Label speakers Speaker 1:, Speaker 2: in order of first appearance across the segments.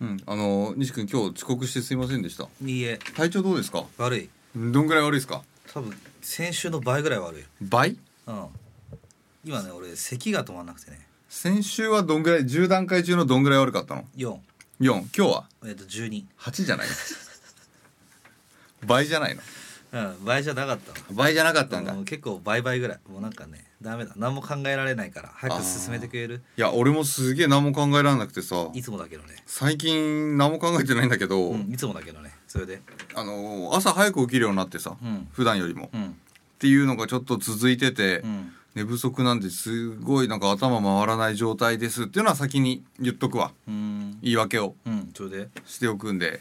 Speaker 1: うん、あの西君今日遅刻してすいませんでした
Speaker 2: いいえ
Speaker 1: 体調どうですか
Speaker 2: 悪い
Speaker 1: どんぐらい悪いですか
Speaker 2: 多分先週の倍ぐらい悪い
Speaker 1: 倍
Speaker 2: うん今ね俺咳が止まんなくてね
Speaker 1: 先週はどんぐらい10段階中のどんぐらい悪かったの
Speaker 2: 4
Speaker 1: 4今日は
Speaker 2: えっと12
Speaker 1: 8じゃないの倍じゃないの
Speaker 2: うん倍じゃなかったわ
Speaker 1: 倍じゃなかったんだ
Speaker 2: もう結構倍倍ぐらいもうなんかねダメだ何も考えられないから早く進めてくれる
Speaker 1: いや俺もすげえ何も考えられなくてさ
Speaker 2: いつもだけどね
Speaker 1: 最近何も考えてないんだけど、
Speaker 2: うんいつもだけどねそれで
Speaker 1: あの朝早く起きるようになってさ、
Speaker 2: うん
Speaker 1: 普段よりも、っ
Speaker 2: うん
Speaker 1: ていうのがちょっと続いてて、
Speaker 2: うん
Speaker 1: 寝不足なんですごいなんか頭回らない状態ですっていうのは先に言っとくわ
Speaker 2: うん
Speaker 1: 言い訳を
Speaker 2: うんそれで
Speaker 1: しておくんで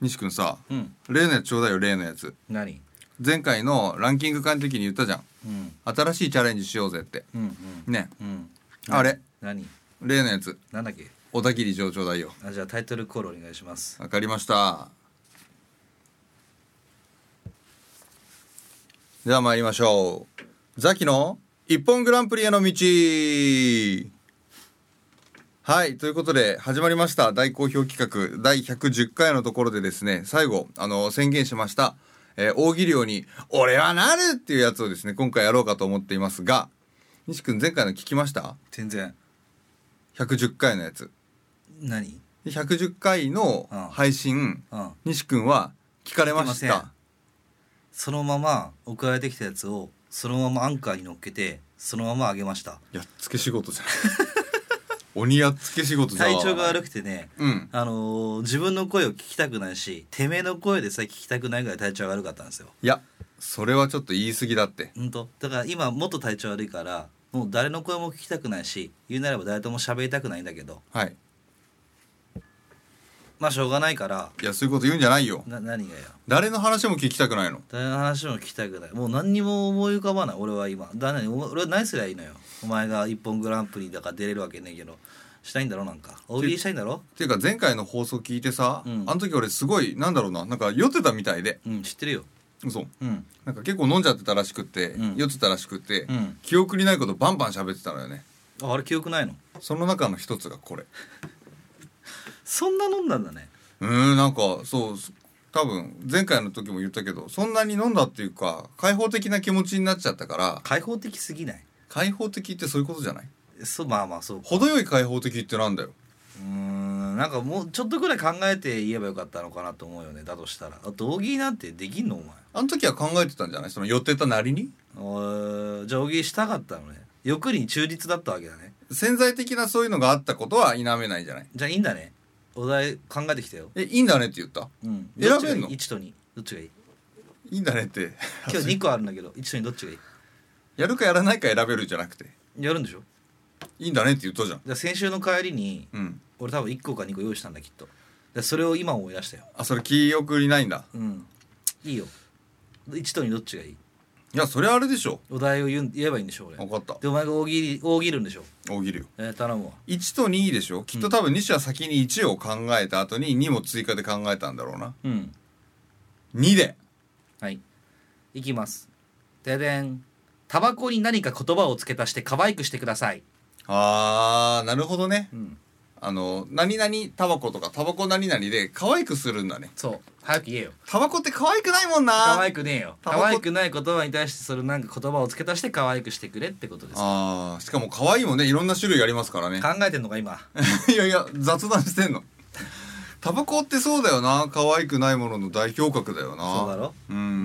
Speaker 1: 西君さ
Speaker 2: うん
Speaker 1: 例のやつちょうだいよ例のやつ
Speaker 2: 何
Speaker 1: 前回のランキング会の時に言ったじゃん
Speaker 2: うん
Speaker 1: 新しいチャレンジしようぜって
Speaker 2: うん
Speaker 1: ね
Speaker 2: うんうん
Speaker 1: あれ
Speaker 2: 何
Speaker 1: 例のやつ
Speaker 2: なんだっけ
Speaker 1: 小田切上長だよ
Speaker 2: あじゃあタイトルコールお願いします
Speaker 1: わかりましたでは参りましょうザキの一本グランプリへの道はいということで始まりました大好評企画第110回のところでですね最後あの宣言しました、えー大喜利王に「俺はなる!」っていうやつをですね今回やろうかと思っていますが西君前回の聞きました
Speaker 2: 全然
Speaker 1: ?110 回のやつ
Speaker 2: 何
Speaker 1: で110回の配信、
Speaker 2: うん
Speaker 1: 西君は聞かれまし
Speaker 2: 聞けませ
Speaker 1: た
Speaker 2: んそのまま送られてきたやつをそのままアンカーに乗っけてそのまま上げました
Speaker 1: やっつけ仕事じゃん 鬼やっつけ仕事じゃん
Speaker 2: 体調が悪くてね
Speaker 1: うん
Speaker 2: あのー自分の声を聞きたくないしてめえの声でさえ聞きたくないぐらい体調が悪かったんですよ
Speaker 1: いやそれはちょっと言い過ぎだって
Speaker 2: ほんとだから今もっと体調悪いからもう誰の声も聞きたくないし言うなれば誰とも喋りたくないんだけど
Speaker 1: はい
Speaker 2: まあしょうがないから
Speaker 1: いやそういうこと言うんじゃないよ
Speaker 2: な何がよ
Speaker 1: 誰の話も聞きたくないの
Speaker 2: 誰の話も聞きたくないもう何にも思い浮かばない俺は今だ何お俺は何すりゃいいのよお前が「一本グランプリ」だから出れるわけねえけどしたいんだろなんか大喜利したいんだろ
Speaker 1: っていうか前回の放送聞いてさ、
Speaker 2: うん
Speaker 1: あの時俺すごいなんだろうななんか酔ってたみたいで
Speaker 2: うん知ってるよ
Speaker 1: そう
Speaker 2: うん
Speaker 1: なんか結構飲んじゃってたらしくって、
Speaker 2: うん
Speaker 1: 酔ってたらしくって、
Speaker 2: うん
Speaker 1: 記憶にないことバンバン喋ってたのよね
Speaker 2: ああれ記憶ないの
Speaker 1: その中の一つがこれ
Speaker 2: そんな飲んだんだね
Speaker 1: うーんなんかそうす多分前回の時も言ったけどそんなに飲んだっていうか開放的な気持ちになっちゃったから
Speaker 2: 開放的すぎない
Speaker 1: 開放的ってそういうことじゃない
Speaker 2: そうまあまあそう
Speaker 1: 程よい開放的ってなんだよ
Speaker 2: うーんなんかもうちょっとぐらい考えて言えばよかったのかなと思うよねだとしたらあ大喜利なんてできんのお前
Speaker 1: あの時は考えてたんじゃないその寄ってたなりに
Speaker 2: おーじゃあ大喜利したかったのね欲に忠実だったわけだね
Speaker 1: 潜在的なそういうのがあったことは否めないじゃない
Speaker 2: じゃあいいんだねお題考えてきたよ
Speaker 1: えいいんだねって言った
Speaker 2: うん、
Speaker 1: 選べんの
Speaker 2: どっちがいい1と2どっちがいい
Speaker 1: いいんだねって
Speaker 2: 今日2個あるんだけど1と2どっちがいい
Speaker 1: やるかやらないか選べるじゃなくて
Speaker 2: やるんでしょ
Speaker 1: いいんだねって言ったじゃん
Speaker 2: じゃあ先週の帰りに
Speaker 1: うん
Speaker 2: 俺多分1個か2個用意したんだきっとでそれを今思い出したよ
Speaker 1: あそれ記憶にないんだ
Speaker 2: うんいいよ1と2どっちがいい
Speaker 1: いやそれあれでしょ
Speaker 2: お題を言うん言えばいいんでしょ俺
Speaker 1: 分かった
Speaker 2: でお前が大喜利大喜利るんでしょ
Speaker 1: 大喜利よ
Speaker 2: えー、頼むわ
Speaker 1: 1と2でしょきっと多分西は先に1を考えた後に2も追加で考えたんだろうな
Speaker 2: うん
Speaker 1: 2で
Speaker 2: はいいきますででんタバコに何か言葉を付け足して可愛くしてください
Speaker 1: あーなるほどね
Speaker 2: うん
Speaker 1: あの何々タバコとかタバコ何々で可愛くするんだね
Speaker 2: そう早く言えよ
Speaker 1: タバコって可愛くないもんな
Speaker 2: 可愛くねえよ
Speaker 1: タバコ
Speaker 2: 可愛くない言葉に対してそれなんか言葉を付け足して可愛くしてくれってことです考
Speaker 1: あーしかも可愛いもねいろんな種類ありますからね
Speaker 2: えてんのか今
Speaker 1: いやいや雑談してんのタバコってそうだよな可愛くないものの代表格だよな
Speaker 2: そうだろ
Speaker 1: う
Speaker 2: うん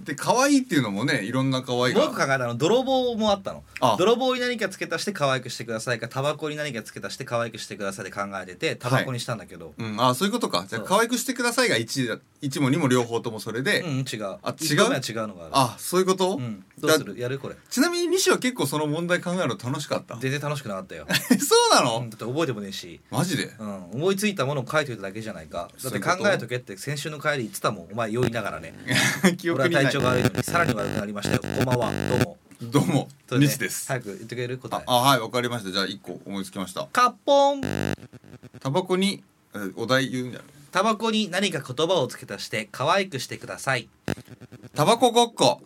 Speaker 2: ん
Speaker 1: で可愛いっていうのもねいろんな可愛い
Speaker 2: もう
Speaker 1: が
Speaker 2: 一個考えたの泥棒もあったの
Speaker 1: あ
Speaker 2: 泥棒に何か付け足して可愛くしてくださいかタバコに何か付け足して可愛くしてくださいで考えててタバコにしたんだけど、
Speaker 1: うん、あそういうことかじゃあ
Speaker 2: そう
Speaker 1: 可愛くしてくださいが 1, だ1も2も両方ともそれで、
Speaker 2: うん違う
Speaker 1: あ
Speaker 2: 一個目は違うのがある
Speaker 1: あそういうこと、
Speaker 2: うん、どうするやるこれ
Speaker 1: だちなみに西は結構その問題考えるの楽しかった
Speaker 2: 全然楽しくなかったよ、
Speaker 1: え そうなの、
Speaker 2: うん、だって覚えてもねえし、
Speaker 1: マジで
Speaker 2: うん、思いついたものを書いといただけじゃないかだって考えとけって先週の帰り言ってたもんお前酔いながらね
Speaker 1: 記憶
Speaker 2: 俺は
Speaker 1: にない
Speaker 2: 体調が悪いのにさらに悪くなりましたよこんばんは どうも
Speaker 1: どうも
Speaker 2: それ
Speaker 1: 西です、
Speaker 2: 早く言ってくれる答
Speaker 1: あ
Speaker 2: え
Speaker 1: あはいわかりましたじゃあ1個思いつきました
Speaker 2: カッポン
Speaker 1: タバコにえお題言うんじゃない
Speaker 2: タバコに何か言葉を付け足して可愛くしてください
Speaker 1: タバコごっこ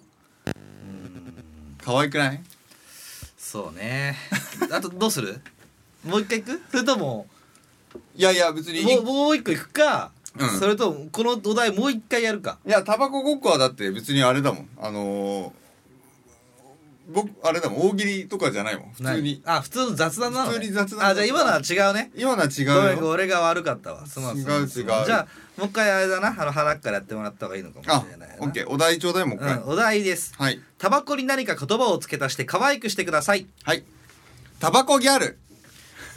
Speaker 1: 可愛くない
Speaker 2: そうねあとどうするもう一回いくそれとも
Speaker 1: いやいや別にい
Speaker 2: もうもう一個いくか、
Speaker 1: うん
Speaker 2: それとこのお題もう一回やるか
Speaker 1: いやタバコごっこはだって別にあれだもんあのー、僕あれだもん大喜利とかじゃないもん普通に
Speaker 2: あ普通の雑談なの、ね、
Speaker 1: 普通に雑談
Speaker 2: あじゃあ今のは違うね
Speaker 1: 今のは違
Speaker 2: ごめ
Speaker 1: うんよ
Speaker 2: 俺が悪かったわすまんすまん
Speaker 1: 違う
Speaker 2: す
Speaker 1: 違
Speaker 2: まん
Speaker 1: う
Speaker 2: じゃあもう一回あれだなあの腹からやってもらった方がいいのかも
Speaker 1: あ
Speaker 2: しれないな
Speaker 1: オッケーお題ちょうだいもう一回、
Speaker 2: うん、お題です
Speaker 1: はい
Speaker 2: タバコに何か言葉を付け足して可愛くしてください
Speaker 1: はいタバコギャル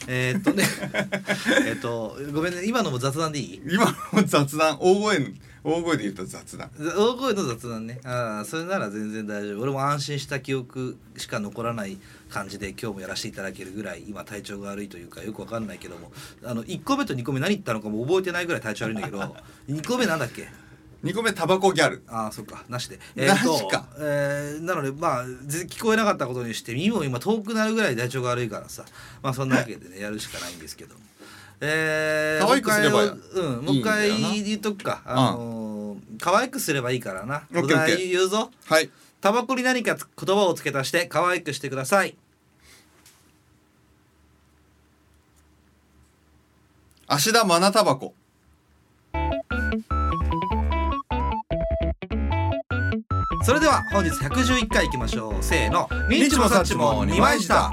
Speaker 2: えー、っとね えーっとごめんね今のも雑談でいい
Speaker 1: 今の雑談大声の大声で言った雑談
Speaker 2: 大声の雑談ねああそれなら全然大丈夫俺も安心した記憶しか残らない感じで今日もやらせていただけるぐらい今体調が悪いというかよくわかんないけどもあの1個目と2個目何言ったのかも覚えてないぐらい体調悪いんだけど2個目なんだっけ
Speaker 1: 2個目タバコギャル
Speaker 2: ああそっかなしで
Speaker 1: なしか
Speaker 2: えーなのでまあ全然聞こえなかったことにして耳も今遠くなるぐらい体調が悪いからさまあそんなわけで ねやるしかないんですけどもえー、
Speaker 1: 可愛くすれば
Speaker 2: もう一回うんもう一
Speaker 1: いいんだよ
Speaker 2: 回
Speaker 1: な
Speaker 2: 言っとくかあのー可愛くすればいいからな
Speaker 1: オッケー
Speaker 2: お題
Speaker 1: オッケー
Speaker 2: 言うぞ
Speaker 1: はい
Speaker 2: タバコに何かつ言葉を付け足して可愛くしてください
Speaker 1: 芦田愛菜タバコ
Speaker 2: それでは本日111回いきましょうせーの「ニッチもサッチも2枚舌」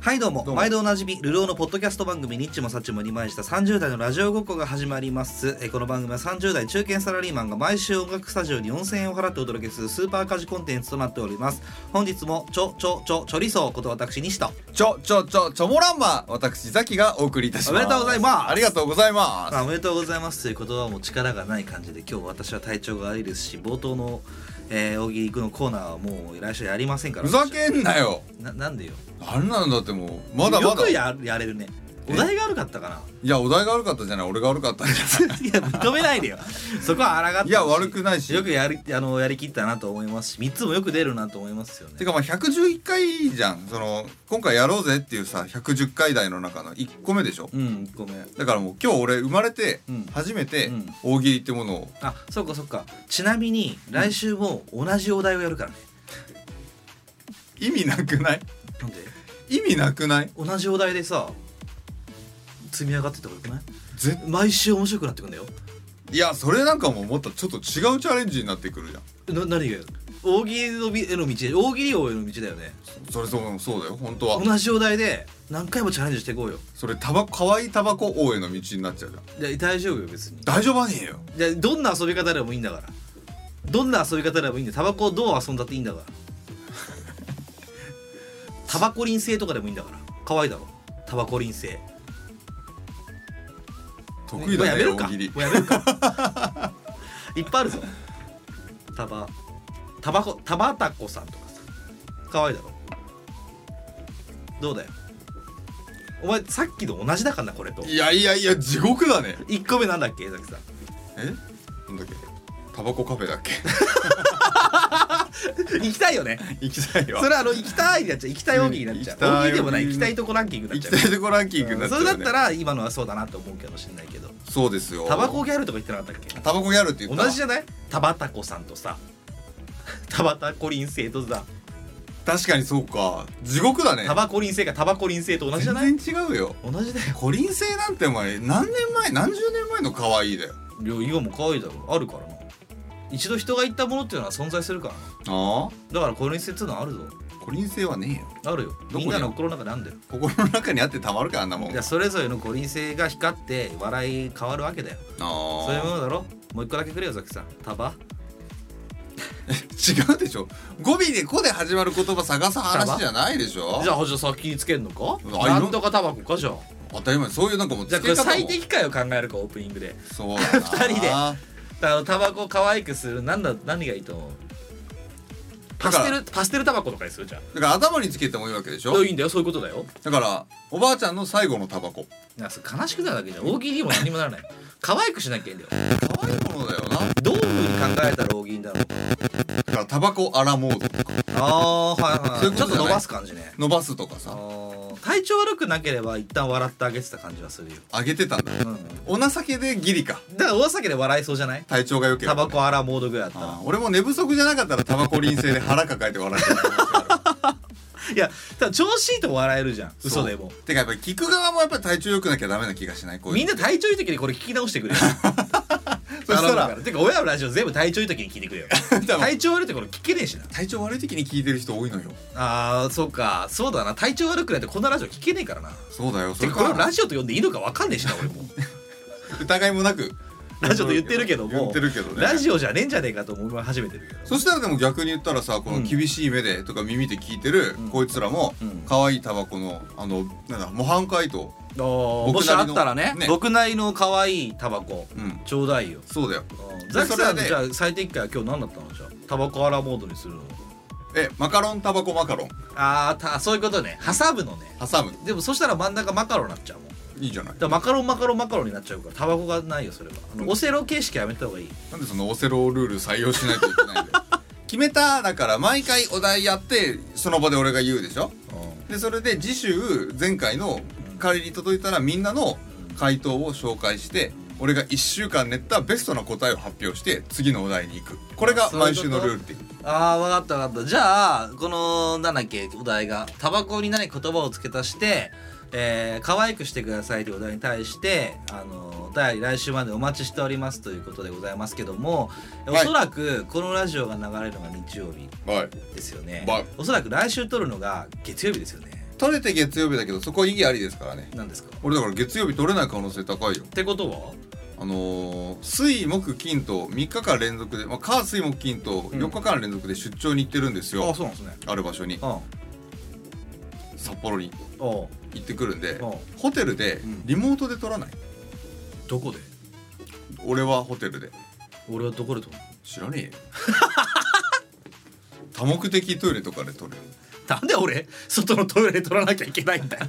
Speaker 2: はいどうも
Speaker 1: どうも
Speaker 2: 毎度おなじみルローのポッドキャスト番組「ニッチもサッチも2枚舌」30代のラジオごっこが始まりますえこの番組は30代中堅サラリーマンが毎週音楽スタジオに4000円を払ってお届けするスーパーカジコンテンツとなっております本日もちょちょちょちょりそうこと私西と
Speaker 1: ちょちょちょちょもらんま私ザキがお送りいたします
Speaker 2: おめでとうございます
Speaker 1: ありがとうございます
Speaker 2: まあ、おめでとうございますという言葉も力がない感じで今日私は体調が悪いですし冒頭の、えー、大喜利行くのコーナーはもう来週やりませんから
Speaker 1: ふざけんなよ
Speaker 2: ななんでよ
Speaker 1: あれなんだってもうまだま
Speaker 2: よ
Speaker 1: だ
Speaker 2: く
Speaker 1: い
Speaker 2: ややれるねお題が悪かったか
Speaker 1: やお題が悪かったじゃない俺が悪かったんじゃ
Speaker 2: ないや認めない でよそこは抗 ってほし
Speaker 1: いや悪くないし
Speaker 2: よくやりあのやりきったなと思いますし3つもよく出るなと思いますよね
Speaker 1: てかまあ111回じゃんその今回やろうぜっていうさ110回台の中の1個目でしょ
Speaker 2: うんごめん
Speaker 1: だからもう今日俺生まれて
Speaker 2: うん
Speaker 1: 初めて
Speaker 2: うん
Speaker 1: 大喜利ってものを
Speaker 2: あそっかそっかちなみに来週も同じお題をやるからね、
Speaker 1: 意味なくない
Speaker 2: なんで
Speaker 1: 意味なくない
Speaker 2: 同じお題でさ積み上がってった方がよくない
Speaker 1: ぜ
Speaker 2: 毎週面白くなってくんだよ
Speaker 1: いやそれなんかもうもっとちょっと違うチャレンジになってくるじゃん
Speaker 2: な何が大喜利のびへの道大喜利王への道だよね
Speaker 1: それそうそうだよ本当は
Speaker 2: 同じお題で何回もチャレンジしていこうよ
Speaker 1: それタバコ可愛いタバコ王への道になっちゃうじゃん
Speaker 2: いや大丈夫よ別に
Speaker 1: 大丈夫はねえよ
Speaker 2: いやどんな遊び方でもいいんだからどんな遊び方でもいいんだよタバコをどう遊んだっていいんだからタバコ輪性とかでもいいんだから可愛いだろタバコ輪性
Speaker 1: 得意だね
Speaker 2: もうやめるか
Speaker 1: 大喜利
Speaker 2: もうやめるか いっぱいあるぞタバタバコタバタコさんとかさ可愛いだろどうだよお前さっきと同じだからなこれと
Speaker 1: いやいやいや地獄だね
Speaker 2: 1個目なんだっけ江崎さん
Speaker 1: えなんだっけタバコカフェだっけ
Speaker 2: 行きたいよね
Speaker 1: 行きたいわ
Speaker 2: それあの行きたいになっちゃう行きたい大喜利になっちゃ
Speaker 1: 行
Speaker 2: う
Speaker 1: きたい
Speaker 2: 大喜利でもない行きたいとこランキングにな
Speaker 1: 行
Speaker 2: っち
Speaker 1: き
Speaker 2: ゃう
Speaker 1: たいとこランキング
Speaker 2: う
Speaker 1: になっ
Speaker 2: ん
Speaker 1: ちゃ、
Speaker 2: そうれ
Speaker 1: ね
Speaker 2: だったら今のはそうだなと思うかもしれないけど
Speaker 1: そうですよ
Speaker 2: タバコギャルとか言ってなかったっけ
Speaker 1: タバコギャルって言った
Speaker 2: 同じじゃないタバタコさんとさ タバタコリン性とさ
Speaker 1: 確かにそうか地獄だね
Speaker 2: タバコリン性がタバコリン性と同じじゃない
Speaker 1: 全然違うよ
Speaker 2: 同じだよ
Speaker 1: コリン星なんてお前何年前何十年前の可愛いだよ
Speaker 2: いや今も可愛いだろあるからな一度人が言ったものっていうのは存在するからな
Speaker 1: ああ
Speaker 2: だからコリン性っていうのはあるぞ
Speaker 1: コリン星はねえよ
Speaker 2: あるよ
Speaker 1: どこに
Speaker 2: みんなの心の中であんだよ
Speaker 1: 心の中にあってたまるかあんなもん
Speaker 2: いやそれぞれのコリン性が光って笑い変わるわけだよそういうも
Speaker 1: ああ
Speaker 2: のだろもう一個だけくれよザキさんタバ
Speaker 1: 違うでしょ語尾で「こ」で始まる言葉探す話じゃないでしょ
Speaker 2: じゃあじゃあ先につけるのか
Speaker 1: うわ
Speaker 2: なんとかタバコかじゃあ
Speaker 1: 当たり前そういうなんかもう
Speaker 2: じゃあこ
Speaker 1: 付
Speaker 2: れ
Speaker 1: け方も
Speaker 2: 最適解を考えるかオープニングで
Speaker 1: そうだ
Speaker 2: 二人で
Speaker 1: な
Speaker 2: あのタバコを可愛くするなんだ何がいいと思うパ
Speaker 1: だ
Speaker 2: ス
Speaker 1: か
Speaker 2: テ
Speaker 1: ら
Speaker 2: ルパステルタバコとかにするじゃん
Speaker 1: だから頭につけてもいいわけでしょ
Speaker 2: いやいいんだよそういうことだよ
Speaker 1: だからおばあちゃんの最後のタバコ
Speaker 2: なんかそれ悲しくなるだけじゃん大喜利も何もならない可愛くしなきゃいいんだよ
Speaker 1: 可愛いものだよな
Speaker 2: どういうふうに考えたら大喜利だろう
Speaker 1: だからタバコ洗もうとか
Speaker 2: ああはい
Speaker 1: はい
Speaker 2: ちょっと伸ばす感じね
Speaker 1: 伸ばすとか
Speaker 2: あ
Speaker 1: さ
Speaker 2: ー体調悪くなければ一旦笑ってあげてた感じはするよ、
Speaker 1: あげてたんだ
Speaker 2: うん、
Speaker 1: お情けでギリか
Speaker 2: だから大酒で笑いそうじゃない
Speaker 1: 体調が良けれ
Speaker 2: タ
Speaker 1: ば
Speaker 2: バコ洗うモードぐらいだったら
Speaker 1: あー俺も寝不足じゃなかったらタバコ輪生で腹抱えて笑ってた
Speaker 2: いやただ調子いいと笑えるじゃん 嘘でも
Speaker 1: そうてかやっぱり聞く側もやっぱり体調良くなきゃダメな気がしないこういう
Speaker 2: みんな体調いい時にこれ聞き直してくれよ そ
Speaker 1: 頼
Speaker 2: し
Speaker 1: む
Speaker 2: た
Speaker 1: から
Speaker 2: らてか親のラジオ全部体調いい時に聞いてく れよ
Speaker 1: 多分
Speaker 2: 体調悪いところ聞けねえしな
Speaker 1: 体調悪い時に聞いてる人多いのよ
Speaker 2: あーそうかそうだな体調悪くないとこんなラジオ聞けねえからな
Speaker 1: そうだよそ
Speaker 2: て
Speaker 1: れ
Speaker 2: かこれ
Speaker 1: か
Speaker 2: を
Speaker 1: ら
Speaker 2: ラジオと呼んでいいのかわかんねえしな 俺も
Speaker 1: 疑いもなく
Speaker 2: ラジオと言ってるけども
Speaker 1: 言ってるけどね
Speaker 2: ラジオじゃねえんじゃねえかと思い始めてるけど
Speaker 1: そしたらでも逆に言ったらさこの厳しい目でとか耳で聞いてる、
Speaker 2: うん
Speaker 1: こいつらも
Speaker 2: うん
Speaker 1: 可愛いタバコのあのなんだ模範解答
Speaker 2: あーも
Speaker 1: 僕
Speaker 2: しあ
Speaker 1: なりの
Speaker 2: ったらね
Speaker 1: ね
Speaker 2: 僕なりの可愛いタバコ
Speaker 1: うん
Speaker 2: ちょうだいよ
Speaker 1: そうだよ
Speaker 2: ザキ
Speaker 1: それ
Speaker 2: さ
Speaker 1: は
Speaker 2: ん
Speaker 1: ね
Speaker 2: のじゃあ最適解は今日何だったのじゃあタバコアラモードにするの
Speaker 1: えマカロンタバコマカロン
Speaker 2: あーたそういうことね挟むのね
Speaker 1: 挟む
Speaker 2: でもそしたら真ん中マカロンになっちゃうもんだか
Speaker 1: いいじゃない
Speaker 2: らマカロンマカロンマカロンになっちゃうからタバコがないよそれはあの
Speaker 1: うん
Speaker 2: オセロ形式やめた方がいい
Speaker 1: なんでそのオセロルール採用しないといけないんだよ 決めただから毎回お題やってその場で俺が言うでしょでそれで次週前回の仮に届いたらみんなの回答を紹介して俺が1週間練ったベストな答えを発表して次のお題に行くこれが毎週のルールっていう
Speaker 2: あー分かった分かったじゃあこのなんだっけお題がタバコに何か言葉を付け足してえー、可愛くしてくださいというお題に対して、あのお便り来週までお待ちしておりますということでございますけども、
Speaker 1: はい
Speaker 2: おそらくこのラジオが流れるのが日曜日
Speaker 1: はい
Speaker 2: ですよね
Speaker 1: はい
Speaker 2: おそらく来週撮るのが月曜日ですよね
Speaker 1: 取れて月曜日だけどそこは意義ありですからね
Speaker 2: なんですかっ
Speaker 1: 俺だから月曜日取れない可能性高いよ
Speaker 2: てことは
Speaker 1: あのー水木金と3日間連続で、まあ、火水木金と4日間連続で出張に行ってるんですよ、
Speaker 2: そうなんですね
Speaker 1: ある場所に
Speaker 2: うん
Speaker 1: 札幌に
Speaker 2: おう
Speaker 1: 行ってくるんで
Speaker 2: おう
Speaker 1: ホテルで
Speaker 2: うん
Speaker 1: リモートで撮らない
Speaker 2: どこで
Speaker 1: 俺はホテルで
Speaker 2: 俺はどこで撮る
Speaker 1: 知らねえ よ多目的トイレとかで撮る
Speaker 2: なんで俺外のトイレ取らなきゃいけないんだよ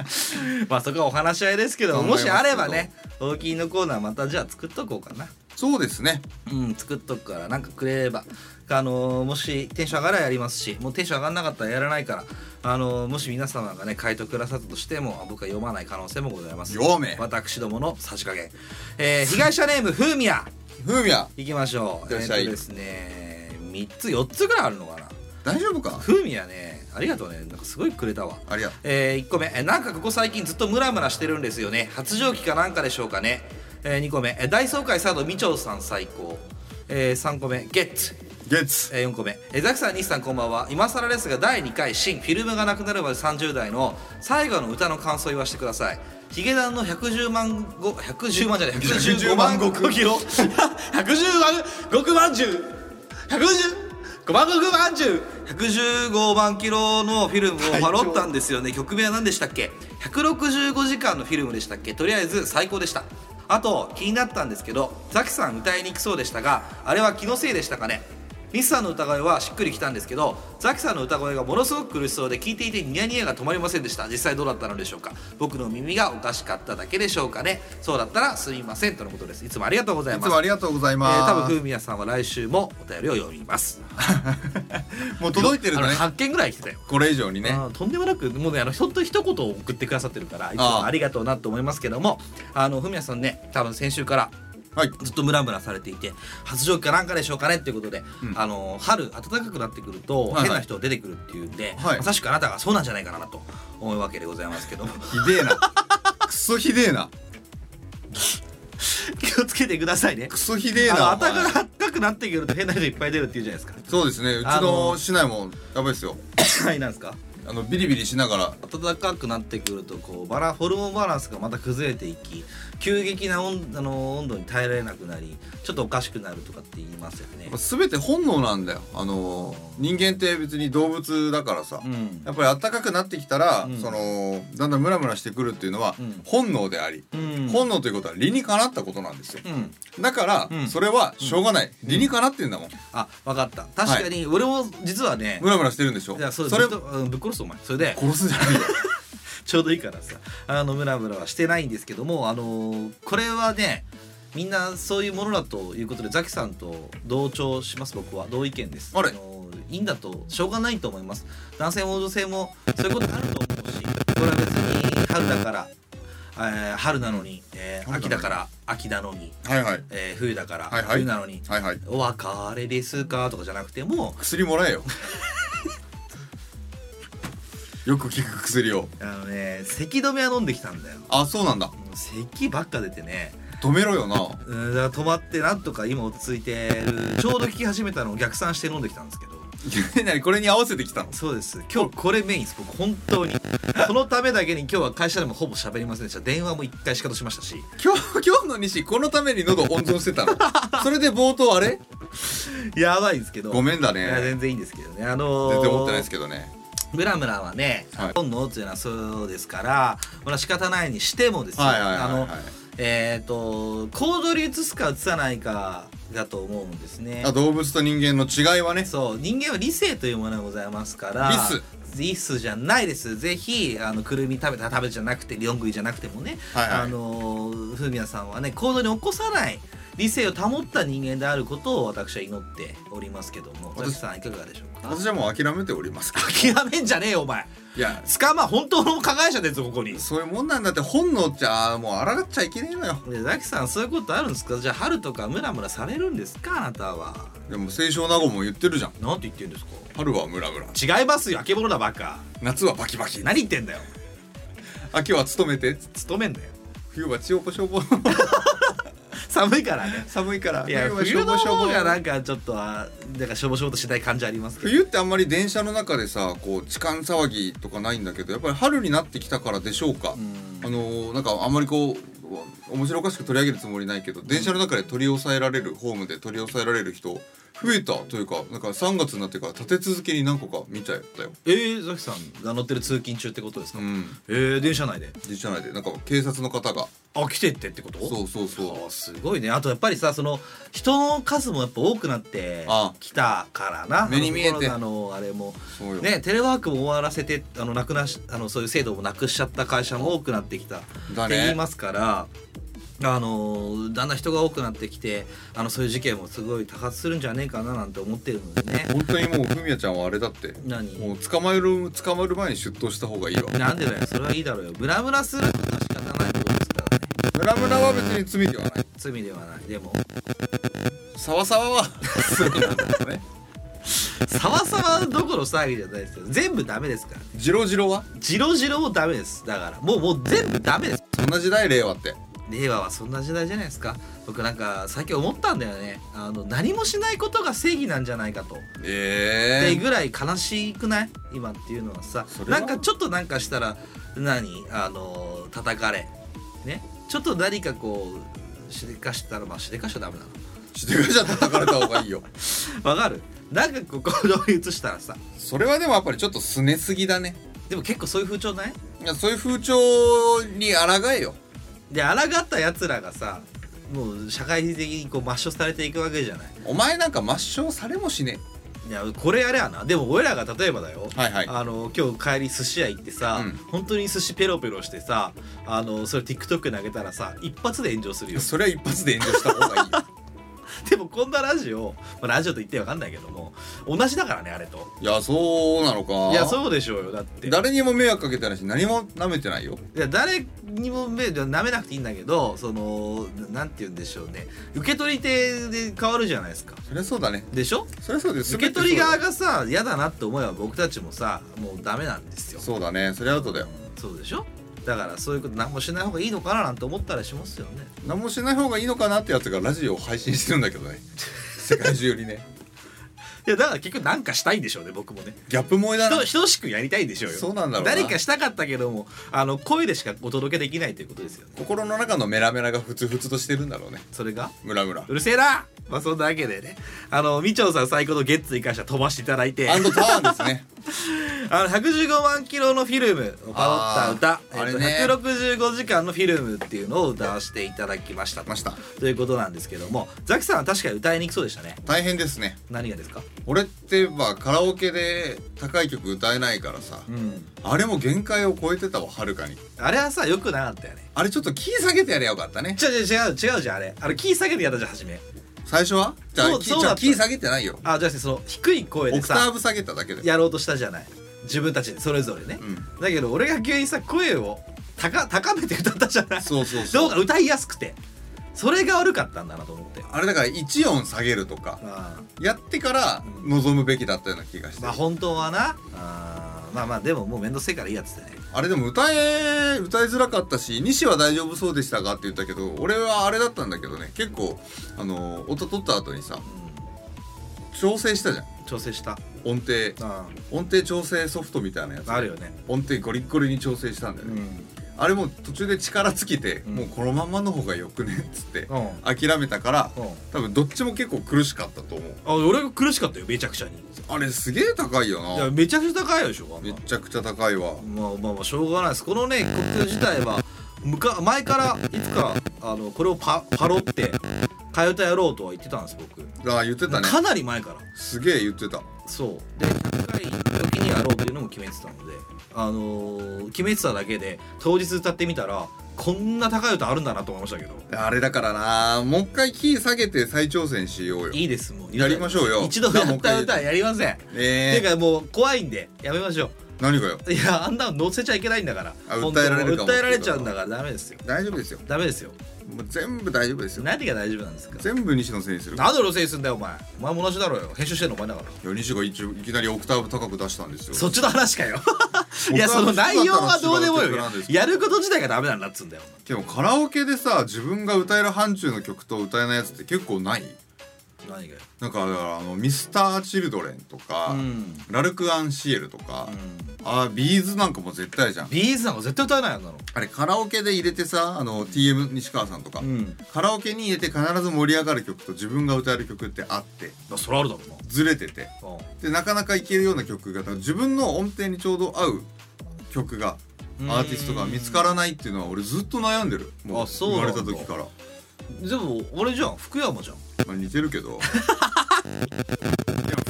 Speaker 2: まあそこはお話し合いですけども
Speaker 1: 考えま
Speaker 2: も
Speaker 1: す
Speaker 2: し
Speaker 1: けど
Speaker 2: あればね大きいのコーナーまたじゃあ作っとこうかな
Speaker 1: そうですね
Speaker 2: うん作っとくからなんかくれればあのーもしテンション上がらやりますしもうテンション上がんなかったらやらないからあのーもし皆様がね回答くださったとしてもあ僕は読まない可能性もございます
Speaker 1: 読め
Speaker 2: 私どもの差し加減、えー被害者ネームふうみや
Speaker 1: ふうみや
Speaker 2: いきましょう
Speaker 1: いらっしゃい
Speaker 2: えーとですね3つ4つぐらいあるのかな
Speaker 1: 大丈夫か
Speaker 2: ふうみやねありがとうねなんかすごいくれたわ
Speaker 1: ありゃ
Speaker 2: え1個目えなんかここ最近ずっとムラムラしてるんですよね発情期かなんかでしょうかね、え2個目え大総会サードみちょさん最高、え3個目ゲッツ、
Speaker 1: ゲッツ
Speaker 2: え4個目えザキさん西さんこんばんは今更ですが第2回新フィルムがなくなるまで30代の最後の歌の感想を言わせてくださいヒゲダンの110万ご110万じゃない115万5キロ110万石万十115万石万十115万キロのフィルムをパロったんですよね曲名は何でしたっけ165時間のフィルムでしたっけとりあえず最高でしたあと気になったんですけどザキさん歌いにくそうでしたがあれは気のせいでしたかねミスさんの歌声はしっくりきたんですけどザキさんの歌声がものすごく苦しそうで聞いていてニヤニヤが止まりませんでした実際どうだったのでしょうか僕の耳がおかしかっただけでしょうかねそうだったらすみませんとのことですいつもありがとうござい
Speaker 1: い
Speaker 2: ま
Speaker 1: つ
Speaker 2: す
Speaker 1: もありがとうござい
Speaker 2: えー多
Speaker 1: ま
Speaker 2: 分
Speaker 1: す、
Speaker 2: ふみやさんは来週もお便りを読みます
Speaker 1: もう届いてるんだ
Speaker 2: あ
Speaker 1: ね
Speaker 2: の8件ぐらい来てたよ
Speaker 1: これ以上にね
Speaker 2: あーとんでもなくもうねあのほんと一言送ってくださってるからいつ
Speaker 1: あー
Speaker 2: もありがとうなと思いますけどもあのふみやさんね多分先週から
Speaker 1: はい
Speaker 2: ずっとムラムラされていて発情期かなんかでしょうかねっていうことで、
Speaker 1: うん
Speaker 2: あの春暖かくなってくる
Speaker 1: は
Speaker 2: と、
Speaker 1: いはい
Speaker 2: 変な人が出てくるっていうんで、
Speaker 1: はい
Speaker 2: まさしくあなたがそうなんじゃないかなと思うわけでございますけども
Speaker 1: ひでえなクソひでえな
Speaker 2: 気をつけてくださいね
Speaker 1: クソひでえ
Speaker 2: あ
Speaker 1: な
Speaker 2: の
Speaker 1: お前
Speaker 2: 暖かくなってくると変な人いっぱい出るっていうじゃないです
Speaker 1: そうですねうち
Speaker 2: あ
Speaker 1: の
Speaker 2: の
Speaker 1: 市内もやばいですよ
Speaker 2: か はいなんですか
Speaker 1: あのビリビリしながら
Speaker 2: 暖かくなってくるとこうバラホルモンバランスがまた崩れていき急激な温あの温度に耐えられなくなりちょっとおかしくなるとかって言いますよね。
Speaker 1: 全て本能なんだよあのー人間って別に動物だからさ、
Speaker 2: うん
Speaker 1: やっぱり暖かくなってきたら、
Speaker 2: うん
Speaker 1: そのだんだんムラムラしてくるっていうのは
Speaker 2: うん
Speaker 1: 本能であり、
Speaker 2: うん
Speaker 1: 本能ということは理にかなったことなんですよ
Speaker 2: うん、
Speaker 1: だから、
Speaker 2: うん
Speaker 1: それはしょうがない、理にかなってんだもん
Speaker 2: あ分かった確かに俺も実はね、
Speaker 1: ムラムラしてるんでしょ
Speaker 2: いやそれ
Speaker 1: れ
Speaker 2: ずっとうんぶっ殺すお前それで
Speaker 1: 殺すんじゃ ないよ
Speaker 2: ちょうどいいからさあのムラムラはしてないんですけどもあのーこれはねみんなそういうものだということでザキさんと同調します僕は同意見です
Speaker 1: あれ
Speaker 2: のーいいんだとしょうがないと思います男性も女性もそういうことあると思うしこれは別に春だから、えー春なのに、えー
Speaker 1: 春
Speaker 2: 秋
Speaker 1: なのに
Speaker 2: だから秋なのに、
Speaker 1: はいはい
Speaker 2: えー冬だから
Speaker 1: はいはい
Speaker 2: 冬なのに、
Speaker 1: はいはい
Speaker 2: お 別れですかとかじゃなくても
Speaker 1: 薬もらえよよく効く薬を
Speaker 2: あのね咳止めは飲んできたんだよ
Speaker 1: あそうなんだ
Speaker 2: もう咳ばっか出てね
Speaker 1: 止めろよな
Speaker 2: うんだから止まってなんとか今落ち着いてうんちょうど聞き始めたのを逆算して飲んできたんですけど
Speaker 1: 何これに合わせてきたの
Speaker 2: そうです今日これメインです僕本当にそのためだけに今日は会社でもほぼ喋りませんでした電話も一回仕方しましたし
Speaker 1: 今日今日の西このために喉温存してたの それで冒頭あれ
Speaker 2: やばいんですけど
Speaker 1: ごめんだ
Speaker 2: いや
Speaker 1: ね
Speaker 2: 全然いいんですけどねあのー、
Speaker 1: 全然思ってないですけどね
Speaker 2: ムラムラはね
Speaker 1: はい
Speaker 2: 本能っていうのはそうですからこれは仕方ないにしてもですね
Speaker 1: はいはいはい
Speaker 2: あ
Speaker 1: はい
Speaker 2: のえっ、と行動に移すか移さないかだと思うんですね
Speaker 1: あ動物と人間の違いはね
Speaker 2: そう人間は理性というものがございますから
Speaker 1: リス
Speaker 2: リスじゃないですぜひあのくるみ食べたら食べじゃなくてリョングイじゃなくてもね、
Speaker 1: はいはい
Speaker 2: あのーフミヤさんはね行動に起こさない理性を保った人間であることを私は祈っておりますけども
Speaker 1: 私
Speaker 2: 私さんいかがでしょうか
Speaker 1: 私はもう諦めておりますけど
Speaker 2: 諦めんじゃねえよお前
Speaker 1: いや
Speaker 2: 捕ま本当の加害者ですここに
Speaker 1: そういうもんなんだって本能っちゃもう抗っちゃいけねえのよ
Speaker 2: でザキさんそういうことあるんですかじゃあ春とかムラムラされるんですかあなたは
Speaker 1: でも清少納言も言ってるじゃん
Speaker 2: なんて言ってるんですか
Speaker 1: 春はムラムラ
Speaker 2: 違いますよあけぼのだバカ
Speaker 1: 夏はバキバキ
Speaker 2: 何言ってんだよ
Speaker 1: 秋は勤めて
Speaker 2: 勤めんだよ
Speaker 1: 冬は千代子消防
Speaker 2: 寒いからね
Speaker 1: 寒いから
Speaker 2: いや
Speaker 1: は
Speaker 2: 冬の方がなんんかちょっとあなんかしょぼしょぼとしない感じありますけど
Speaker 1: 冬ってあんまり電車の中でさこう痴漢騒ぎとかないんだけどやっぱり春になってきたからでしょうか、あのーなんかあんまりこう面白おかしく取り上げるつもりないけど電車の中で取り押さえられるホームで取り押さえられる人増えたというかなんか3月になってから立て続けに何個か見ちゃったよ。
Speaker 2: えー、ザキさんが乗ってる通勤中ってことですか、
Speaker 1: うん、
Speaker 2: えー、電車内で
Speaker 1: 電車内でなんか警察の方が
Speaker 2: あ来てってってこと
Speaker 1: そうそうそ
Speaker 2: あーすごいねあとやっぱりさその人の数もやっぱ多くなって
Speaker 1: あ
Speaker 2: きたからな
Speaker 1: 目に見えて
Speaker 2: あのコロナのあれも
Speaker 1: うそうよ、
Speaker 2: ねテレワークも終わらせてあのなくなしあのそういう制度もなくしちゃった会社も多くなってきたっ
Speaker 1: だ
Speaker 2: て
Speaker 1: ね
Speaker 2: 言いますから。あのだんだん人が多くなってきてあのそういう事件もすごい多発するんじゃねえかななんて思ってるのでね
Speaker 1: 本当にもうふみやちゃんはあれだって
Speaker 2: 何
Speaker 1: もう捕まえる捕まる前に出頭した方がいいわ
Speaker 2: なんでだよそれはいいだろうよブラブラするのは仕方ないことですからね
Speaker 1: ムラムラは別に罪ではない
Speaker 2: 罪ではないでも
Speaker 1: サワサワは 罪なんだよね
Speaker 2: さわさわどころ騒ぎじゃないですよ全部ダメですから
Speaker 1: ジロジロは
Speaker 2: ジロジロもダメですだからもうもう全部ダメです
Speaker 1: そんな時代令和って
Speaker 2: 令和はそんな時代じゃないですか僕なんか最近思ったんだよねあの何もしないことが正義なんじゃないかと、
Speaker 1: え
Speaker 2: ってぐらい悲しくない今っていうのはさ
Speaker 1: それは
Speaker 2: なんかちょっとなんかしたら何あの叩かれねちょっと何かこうしでかしたらまあしでかしちゃダメなの
Speaker 1: ー、してくれちゃ叩かれた方がいいよ
Speaker 2: わかるなんかこう行動に移したらさ
Speaker 1: それはでもやっぱりちょっとすねすぎだね
Speaker 2: でも結構そういう風潮ない
Speaker 1: いやそういう風潮に抗えよ
Speaker 2: で抗ったやつらがさもう社会的にこう抹消されていくわけじゃない
Speaker 1: お前なんか抹消されもしね
Speaker 2: いやこれやれやなでも俺らが例えばだよ、
Speaker 1: えはいは
Speaker 2: あの今日帰り寿司屋行ってさ、
Speaker 1: うん
Speaker 2: 本当に寿司ペロペロしてさあのそれ TikTok 投げたらさ一発で炎上するよ
Speaker 1: それは一発で炎上した方がいい よ
Speaker 2: でもこんなラジオ、まあ、ラジオと言ってわかんないけども同じだからねあれと
Speaker 1: いやそうなのか
Speaker 2: いやそうでしょうよだって
Speaker 1: 誰にも迷惑かけてないし何も舐めてないよ
Speaker 2: いや誰にも目舐めなくていいんだけどそのななんて言うんでしょうね受け取り手で変わるじゃないですか
Speaker 1: そりゃそうだね
Speaker 2: でしょ
Speaker 1: そりゃそうです
Speaker 2: 受け取り側
Speaker 1: 全て
Speaker 2: がさ嫌だなって思えば僕たちもさもうダメなんですよ
Speaker 1: そうだよそうだねそれアウトだよ
Speaker 2: そうでしょだからそういうこと何もしない方がいいのかななんて思ったりしますよね
Speaker 1: 何もしない方がいいのかなってやつがラジオを配信してるんだけどね世界中 にね
Speaker 2: いやだから結局何かしたいんでしょうね僕もね
Speaker 1: ギャップ萌えだな
Speaker 2: 人等しくやりたいんでしょうよ
Speaker 1: そうなんだろうな
Speaker 2: 誰かしたかったけどもあの声でしかお届けできないということですよね
Speaker 1: 心の中のメラメラがふつふつとしてるんだろうね
Speaker 2: それが
Speaker 1: ムラムラ
Speaker 2: うるせえなまあそんなわけでねあのみちょうさん最高のゲッツーに関しては飛ばしていただいて
Speaker 1: アンドターンですね
Speaker 2: あの115万キロのフィルムをパロった歌
Speaker 1: あ、ーあれね
Speaker 2: えっと、165時間のフィルムっていうのを歌わせていただきました
Speaker 1: ました
Speaker 2: ということなんですけどもザキさんは確かに歌いにくそうでしたね
Speaker 1: 大変ですね
Speaker 2: 何がですか
Speaker 1: 俺ってまあカラオケで高い曲歌えないからさ
Speaker 2: うん
Speaker 1: あれも限界を超えてたわはるかに
Speaker 2: あれはさよくなかったよね
Speaker 1: あれちょっとキー下げてやればよかったね
Speaker 2: 違う違う違う違うじゃんあれあれキー下げてやったじゃん初め
Speaker 1: 最初はじゃあ
Speaker 2: そう
Speaker 1: キ
Speaker 2: そう
Speaker 1: じゃ
Speaker 2: だ
Speaker 1: あ
Speaker 2: った
Speaker 1: キー下げてないよ
Speaker 2: あじゃあその低い声
Speaker 1: オ
Speaker 2: で
Speaker 1: クター
Speaker 2: さ
Speaker 1: ブ下げただけで
Speaker 2: やろうとしたじゃない自分たちでそれぞれね
Speaker 1: う、ん
Speaker 2: だけど俺が急にさ声を高高めて歌ったじゃない
Speaker 1: そうそうそう
Speaker 2: どうか歌いやすくてそれが悪かったんだなと思って
Speaker 1: あれだから1音下げるとか
Speaker 2: あ
Speaker 1: やってから望むべきだったような気がし
Speaker 2: ー
Speaker 1: て
Speaker 2: まあ本当はなあーまあまあでももう面倒くせえからいいやつだね
Speaker 1: あれでも歌え歌いづらかったし西は大丈夫そうでしたかって言ったけど俺はあれだったんだけどね結構あの音取った後にさ調整したじゃん
Speaker 2: 調整した
Speaker 1: 音程
Speaker 2: あ
Speaker 1: 音程調整ソフトみたいなやつ
Speaker 2: あるよね
Speaker 1: 音程ゴリッゴリに調整したんだよね、あれもう途中で力尽きて、
Speaker 2: うん
Speaker 1: もうこのまんまの方がよくねっつって
Speaker 2: うん
Speaker 1: 諦めたから
Speaker 2: うん
Speaker 1: 多分どっちも結構苦しかったと思う
Speaker 2: あ俺が苦しかったよめちゃくちゃにい
Speaker 1: あれすげえ高いよ
Speaker 2: や
Speaker 1: な
Speaker 2: めちゃくちゃ高いでしょあん
Speaker 1: め
Speaker 2: な
Speaker 1: ちゃくちゃ高いわ
Speaker 2: まあまあまあしょうがないですこのね曲自体はむか前からいつかあのこれをパパロって替え歌やろうとは言ってたんです僕
Speaker 1: ああ言ってたね
Speaker 2: かなり前から
Speaker 1: すげえ言ってた
Speaker 2: そうで100回の時にやろうというのも決めてたのであのー決めてただけで当日歌ってみたらこんな高い歌あるんだなと思いましたけど
Speaker 1: あれだからなもう一回キー下げて再挑戦しようよ
Speaker 2: いいですもう
Speaker 1: やりましょうよ
Speaker 2: 一度
Speaker 1: じゃあ
Speaker 2: や
Speaker 1: もう
Speaker 2: っ
Speaker 1: 一
Speaker 2: た
Speaker 1: 回
Speaker 2: 歌はやりません、
Speaker 1: え
Speaker 2: て
Speaker 1: え
Speaker 2: かもう怖いんでやめましょ
Speaker 1: 何がよ
Speaker 2: ういやあんなの載せちゃいけないんだから
Speaker 1: あ
Speaker 2: 本当
Speaker 1: 訴
Speaker 2: に
Speaker 1: えられるかも
Speaker 2: 訴えられちゃうんだからダメですよ
Speaker 1: 大丈夫ですよ
Speaker 2: ダメですよ
Speaker 1: もう全部大丈夫ですよ
Speaker 2: 何が大丈夫なんですか
Speaker 1: 全部西のせいにする
Speaker 2: 何で路線すんだよお前お前も同じだろうよ編集してんのお前だから
Speaker 1: いや西が一応いきなりオクターブ高く出したんですよ
Speaker 2: そっちの話かよいやその内容はどうでもよやること自体がダメなんだっつうんだよ
Speaker 1: でもカラオケでさ自分が歌える範疇の曲と歌えないやつって結構ない
Speaker 2: お前何がよ
Speaker 1: なんかだからあのミスターチルドレンとか、
Speaker 2: うん
Speaker 1: ラルク・アンシエルとか、あビーズなんかも絶対じゃん
Speaker 2: ビーズなんか絶対歌えないやつだろ
Speaker 1: あれカラオケで入れてさあの TM 西川さんとか、
Speaker 2: ん
Speaker 1: カラオケに入れて必ず盛り上がる曲と自分が歌える曲ってあって
Speaker 2: それあるだろうな
Speaker 1: ずれててでなかなかいけるような曲が自分の音程にちょうど合う曲が
Speaker 2: うん
Speaker 1: アーティストが見つからないっていうのは俺ずっと悩んでるもう
Speaker 2: あそう
Speaker 1: 生ま
Speaker 2: なん
Speaker 1: れ
Speaker 2: だ
Speaker 1: た時から、ま
Speaker 2: でも俺じゃん福山じゃん
Speaker 1: あ、似てるけどいや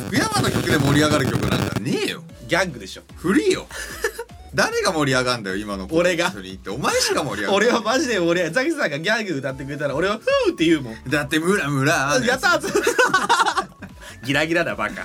Speaker 1: 福山の曲で盛り上がる曲なんかねえよ
Speaker 2: ギャングでしょ
Speaker 1: フリー よ誰が盛り上がんだよ今の子
Speaker 2: 俺が
Speaker 1: 一緒に行ってお前しか盛り上がん
Speaker 2: 俺はマジで俺ザキさんがギャング歌ってくれたら俺はフーって言うもん
Speaker 1: だってムラムラ
Speaker 2: やったーっつ ギラギラだバカ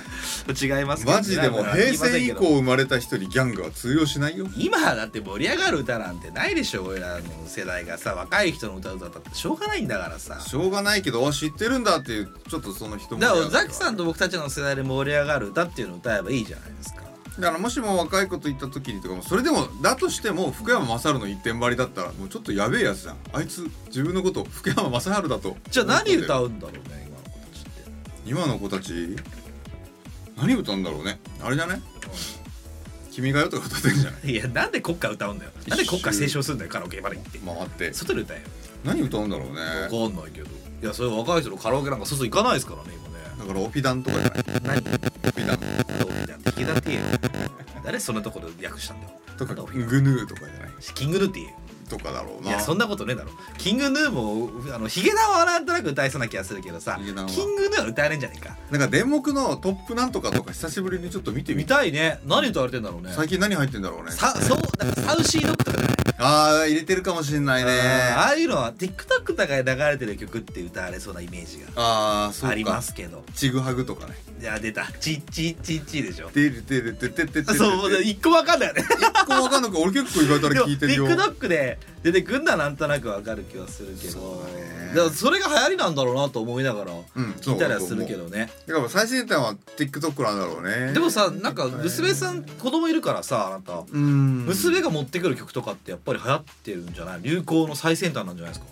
Speaker 2: 違いますけど
Speaker 1: マジでもう平成以
Speaker 2: ギラギラは言いませんけど
Speaker 1: 降生まれた人にギャングは通用しないよ
Speaker 2: 今だって盛り上がる歌なんてないでしょ俺らの世代がさ若い人の歌う歌だってしょうがないんだからさ
Speaker 1: しょうがないけどあ知ってるんだっていうちょっとその人
Speaker 2: だからザキさんと僕たちの世代で盛り上がる歌っていうのを歌えばいいじゃないですか
Speaker 1: だからもしも若い子と行った時にとかもそれでもだとしても福山雅治の一点張りだったらもうちょっとやべえやつじゃんあいつ自分のこと福山雅治だと
Speaker 2: じゃあ何歌
Speaker 1: う
Speaker 2: うんだろうね今の子たちっ
Speaker 1: 今の
Speaker 2: て
Speaker 1: 子たち何歌うんだろうねあれじゃね君が代とか歌ってんじゃない
Speaker 2: いやなんで国歌歌うんだよなんで国歌斉唱するんだよカラオケまで行って
Speaker 1: 回って
Speaker 2: 外で歌えよ
Speaker 1: 何歌うんだろうね
Speaker 2: わかんないけどいやそれ若い人のカラオケなんか外行かないですからね今ね
Speaker 1: だからオピダンとかじゃない
Speaker 2: 何
Speaker 1: オピダン
Speaker 2: どうだって聞いたって言えよ誰そんなとこで訳したんだよ
Speaker 1: とか
Speaker 2: なんだお前
Speaker 1: グヌーとかじゃない
Speaker 2: キングヌーって言えよ
Speaker 1: とかだろう
Speaker 2: い
Speaker 1: な
Speaker 2: やそんなことねえだろキングヌーもあのヒゲダンはなんとなく歌えそうな気がするけどさ
Speaker 1: ヒゲダンは
Speaker 2: キングヌーは歌えねえんじゃねえか
Speaker 1: なんか電目のトップなんとかとか久しぶりにちょっと見てみ
Speaker 2: 見
Speaker 1: た
Speaker 2: たいね何歌われてんだろうね
Speaker 1: 最近何入ってんだろうね
Speaker 2: さそうなんかサウシードッグとかじゃない
Speaker 1: ああ入れてるかもしんないね
Speaker 2: ああいうのは TikTok とかで流れてる曲って歌われそうなイメージ
Speaker 1: ああそう
Speaker 2: が
Speaker 1: か
Speaker 2: ありますけど
Speaker 1: ちぐはぐとかね
Speaker 2: いや出たチッチッチッチッでしょ
Speaker 1: 出る出る出てててて
Speaker 2: そう もう
Speaker 1: 一
Speaker 2: 一個わかんないよね
Speaker 1: 個わかんなく俺結構意外とあ
Speaker 2: で
Speaker 1: れ
Speaker 2: も
Speaker 1: 聞いてるよ
Speaker 2: TikTok で出てくんならなんとなくわかる気はするけど
Speaker 1: そうだね
Speaker 2: だからそれが流行りなんだろうなと思いながら
Speaker 1: うん
Speaker 2: 聞いたりはするけどね
Speaker 1: だから最新点は TikTok なんだろうね
Speaker 2: でもさなんか娘さん子供いるからさあなた
Speaker 1: うん
Speaker 2: 娘が持ってくる曲とかってやっぱり流行ってるんじゃない流行の最先端なんじゃないですか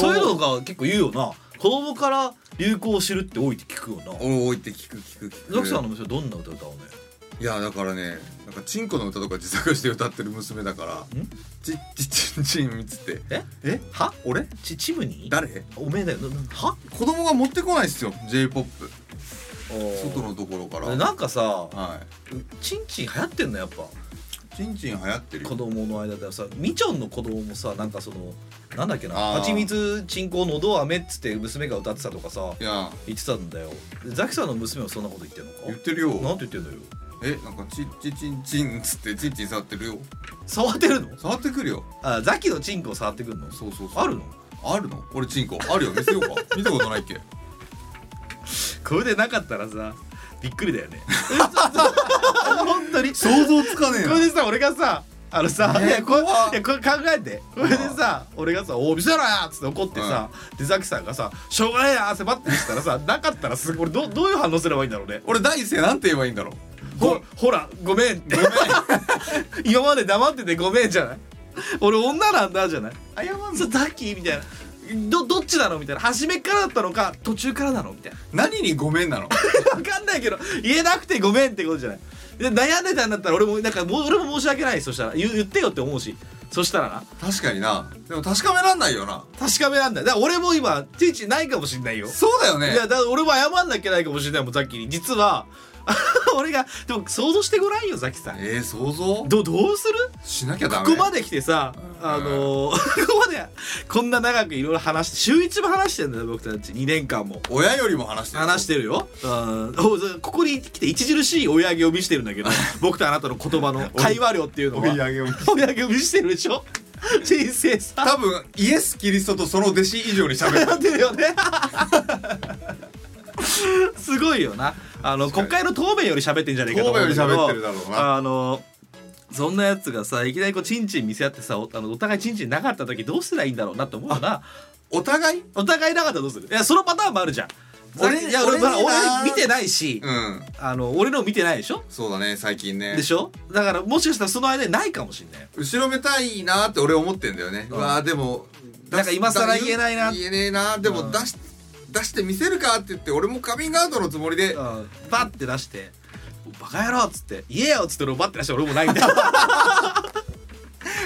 Speaker 1: そう
Speaker 2: そういうのが結構言うよな子供から流行を知るって多いって聞くよな
Speaker 1: おいって聞く聞く聞く
Speaker 2: ザキさんの娘どんな歌歌うね
Speaker 1: いやだからねなんかチンコの歌とか自作して歌ってる娘だから
Speaker 2: ん
Speaker 1: チッチッチンチンっつって
Speaker 2: え
Speaker 1: え
Speaker 2: は
Speaker 1: 俺
Speaker 2: ちチムニー
Speaker 1: 誰
Speaker 2: おめえだよななは
Speaker 1: 子供が持ってこないっすよ j p o p 外のところから
Speaker 2: なんかさ
Speaker 1: は
Speaker 2: チンチン流行ってんのやっぱ
Speaker 1: いチンチン流行ってるよ
Speaker 2: 子供の間ではさみちょんの子供もさなんかそのなんだっけな
Speaker 1: あー
Speaker 2: 「はちみつちんこのど飴」っつって娘が歌ってたとかさ
Speaker 1: いや
Speaker 2: 言ってたんだよでザキさんの娘もそんなこと言ってんの
Speaker 1: 言っ
Speaker 2: か
Speaker 1: てるよ
Speaker 2: なんて言ってんだよ
Speaker 1: えなんかチッチチンチンっつってチンチン触ってるよ
Speaker 2: 触ってるの
Speaker 1: 触ってくるよ
Speaker 2: あザキのチンコを触ってくんの
Speaker 1: そうそうそう
Speaker 2: あるの
Speaker 1: あるの俺チンコあるよ見せよう か見たことないっけ
Speaker 2: これでなかったらさびっくりだよね本当に
Speaker 1: 想像つかねえ
Speaker 2: これでさ俺がさあのさ、
Speaker 1: ね
Speaker 2: いやこい
Speaker 1: 怖っ
Speaker 2: やこれ考えてこれでさ俺がさ「お見せろよ!」っつって怒ってさ、でザキさんがさ「しょうがねえな」って待ってきたらさなかったらすごい俺どどういう反応すればいいんだろうね
Speaker 1: 俺第一声なんて言えばいいんだろう
Speaker 2: ほほらごめんって
Speaker 1: ごめん
Speaker 2: 今まで黙っててごめんじゃない俺女なんだじゃない
Speaker 1: 謝んの
Speaker 2: そうザッキーみたいなどどっちなのみたいな初めからだったのか途中からなのみたいな
Speaker 1: 何にごめんなの
Speaker 2: 分かんないけど言えなくてごめんってことじゃないで悩んでたんだったら俺もなんかもう俺も申し訳ないそしたら言言ってよって思うしそしたらな
Speaker 1: 確かになでも確かめらんないよな
Speaker 2: 確かめなんだよだから俺も今ティーチないかもしんないよ
Speaker 1: そうだよね
Speaker 2: いやだから俺も謝んなきゃいけないかもしれないもんザッキーに実は 俺がでも想像してごらんよザキさん
Speaker 1: えー、想像
Speaker 2: どどうする
Speaker 1: しなきゃダ
Speaker 2: こ
Speaker 1: メ
Speaker 2: こまで来てさ
Speaker 1: うん
Speaker 2: あのー ここまでこんな長くいろいろ話して週一も話してんだよ僕たち2年間も
Speaker 1: 親よりも話してる
Speaker 2: 話してるよ、うん、おここに来て著しい追い上げを見してる んだけど僕とあなたの言葉の会話量っていうのは
Speaker 1: 追い上げを
Speaker 2: 追い上げを見してるでしょ 人生さ
Speaker 1: 多分イエス・キリストとその弟子以上に喋る
Speaker 2: やってるよね すごいよなあの
Speaker 1: 確
Speaker 2: 国
Speaker 1: か
Speaker 2: 会の答弁より喋ってんじゃねえかと
Speaker 1: 神戸
Speaker 2: 思う
Speaker 1: よ
Speaker 2: ん
Speaker 1: り
Speaker 2: だけど
Speaker 1: 喋ってるだろうな
Speaker 2: あのそんなやつがさいきなりこうチンチン見せ合ってさおあのお互いチンチンなかった時どうしたらいいんだろうなって思うよな
Speaker 1: お互い
Speaker 2: お互いなかったらどうするいやそのパターンもあるじゃん
Speaker 1: 俺
Speaker 2: いや
Speaker 1: 俺
Speaker 2: 俺
Speaker 1: にな
Speaker 2: 俺俺見てないし、
Speaker 1: うん
Speaker 2: あの俺の見てないでしょ
Speaker 1: そうだね最近ね
Speaker 2: でしょだからもしかしたらその間にないかもしんないよ
Speaker 1: 後ろめたいなって俺思ってんだよね、
Speaker 2: うん
Speaker 1: わあでも出す
Speaker 2: なんか今更言えないな
Speaker 1: 言えねえなで
Speaker 2: う
Speaker 1: も
Speaker 2: ん
Speaker 1: 出し、出して見せるかって言って俺もカミングアウトのつもりで、
Speaker 2: うんバッて出して「バカ野郎」っつって「言えよ」っつって俺もバッて出して俺もない んだよ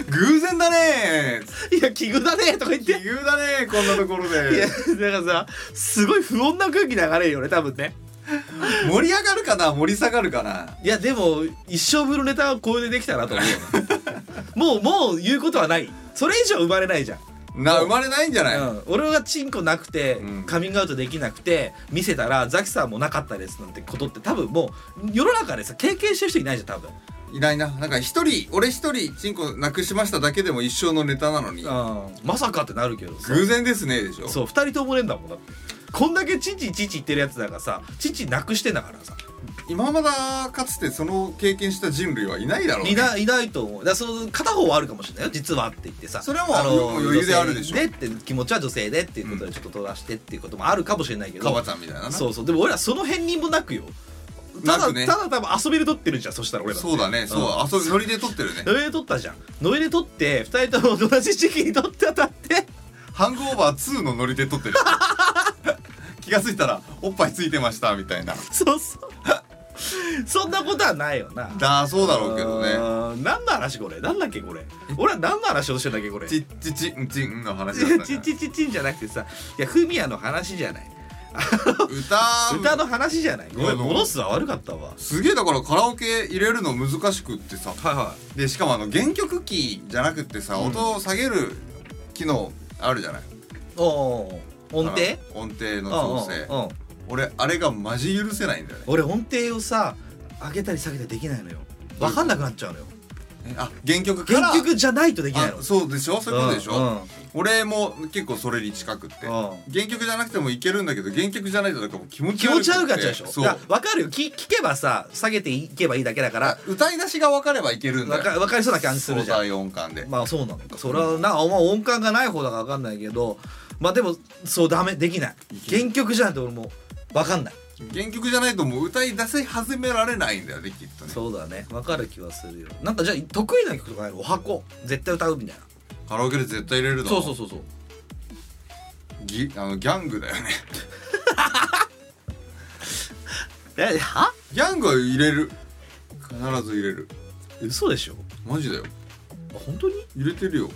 Speaker 1: 偶然だね
Speaker 2: いや奇遇だねとか言っ
Speaker 1: 奇
Speaker 2: て
Speaker 1: 遇だねこんなところ
Speaker 2: いや
Speaker 1: で
Speaker 2: だからさすごい不穏な空気流れるよね多分ね
Speaker 1: 盛り上がるかな盛り下がるかない
Speaker 2: やでも一生分のネタはこれでできたなと 思うよもうもう言うことはないそれ以上生まれないじゃん、
Speaker 1: な生まれないんじゃない、
Speaker 2: うん、俺がチンコなくて、
Speaker 1: うん
Speaker 2: カミングアウトできなくて見せたらザキさんもなかったですなんてことって多分もう世の中でさ経験してる人いないじゃん多分
Speaker 1: いないななんか一人俺一人チンコなくしましただけでも一生のネタなのに
Speaker 2: うんまさかってなるけどさ
Speaker 1: 偶然ですねでしょ
Speaker 2: そう2人ともねんだもんだってこんだけチンチンチンチン言ってるやつだからさチンチンなくしてんだからさ
Speaker 1: 今まだかつてその経験した人類はいないだろうね
Speaker 2: いないいないと思うだからその片方はあるかもしれないよ実はって言ってさ
Speaker 1: それはもう
Speaker 2: あの
Speaker 1: 余裕であるでしょ
Speaker 2: 女性って気持ちは女性でっていうことでちょっと取らしてっていうこともあるかもしれないけ
Speaker 1: カバ
Speaker 2: ど、
Speaker 1: ちゃんみたいなな
Speaker 2: そうそうでも俺らその辺にもなくよた
Speaker 1: な
Speaker 2: だ、
Speaker 1: くね
Speaker 2: ただ多分遊びで撮ってるじゃんそしたら俺ら
Speaker 1: そうだねそう、
Speaker 2: うん
Speaker 1: あそうノリで撮ってるね
Speaker 2: ノイで撮ったじゃんノイで撮って2人とも同じ時期に撮ってたって
Speaker 1: ハングオーバー2のノリで撮ってる気がついたらおっぱいついてましたみたいな
Speaker 2: そうそう そんなことはないよな
Speaker 1: だそうだろうけどね
Speaker 2: ね何の話これ何だっけこれ俺は何の話をしてんだっけこれ
Speaker 1: ちっちちんちんの話だった
Speaker 2: ちちちちんじゃなくてさいやフミヤの話じゃない
Speaker 1: 歌
Speaker 2: 歌の話じゃないごめ
Speaker 1: うんん
Speaker 2: 戻すは悪かったわ
Speaker 1: すげえだからカラオケ入れるの難しくってさ
Speaker 2: はいは
Speaker 1: でしかもあの原曲キーじゃなくってさ、
Speaker 2: うん
Speaker 1: 音を下げる機能あるじゃない
Speaker 2: いおお音程
Speaker 1: あの音程の調整
Speaker 2: うんうんうん
Speaker 1: 俺あれがマジ許せないんだよね
Speaker 2: 俺音程をさ上げたり下げたりできないのよ分かんなくなっちゃうのよ
Speaker 1: えあ原曲から
Speaker 2: 原曲じゃないとできないの
Speaker 1: あそうでしょそういうことでしょ、
Speaker 2: うんうん
Speaker 1: 俺も結構それに近くって
Speaker 2: うん
Speaker 1: 原曲じゃなくてもいけるんだけど原曲じゃないとなんかもう気持ち
Speaker 2: 気
Speaker 1: 悪く
Speaker 2: 持
Speaker 1: て
Speaker 2: ち悪かったでしょ
Speaker 1: そう
Speaker 2: だから分かるよ聞聞けばさ下げていけばいいだけだから
Speaker 1: 歌い出しが分かればいけるんだ
Speaker 2: 分
Speaker 1: よ
Speaker 2: か分かりそうな感じするじゃん
Speaker 1: 相対音感で、
Speaker 2: まあそうなのかそれはな、まあ、音感がない方だから分かんないけどまあでもそうダメできない
Speaker 1: けない
Speaker 2: 原曲じゃないと俺も分かんない
Speaker 1: 原曲じゃないともう歌い出せ始められないんだよねきっとね
Speaker 2: そうだね分かる気はするよなんかじゃあ得意な曲とかないのお箱絶対歌うみたいな
Speaker 1: カラオケで絶対入れるの
Speaker 2: そうそうそうそう
Speaker 1: ギあのギャングだよね
Speaker 2: えは
Speaker 1: ギャングは入れる必ず入れる
Speaker 2: 嘘でしょ
Speaker 1: マジだよ
Speaker 2: あ本当に
Speaker 1: 入れてるよ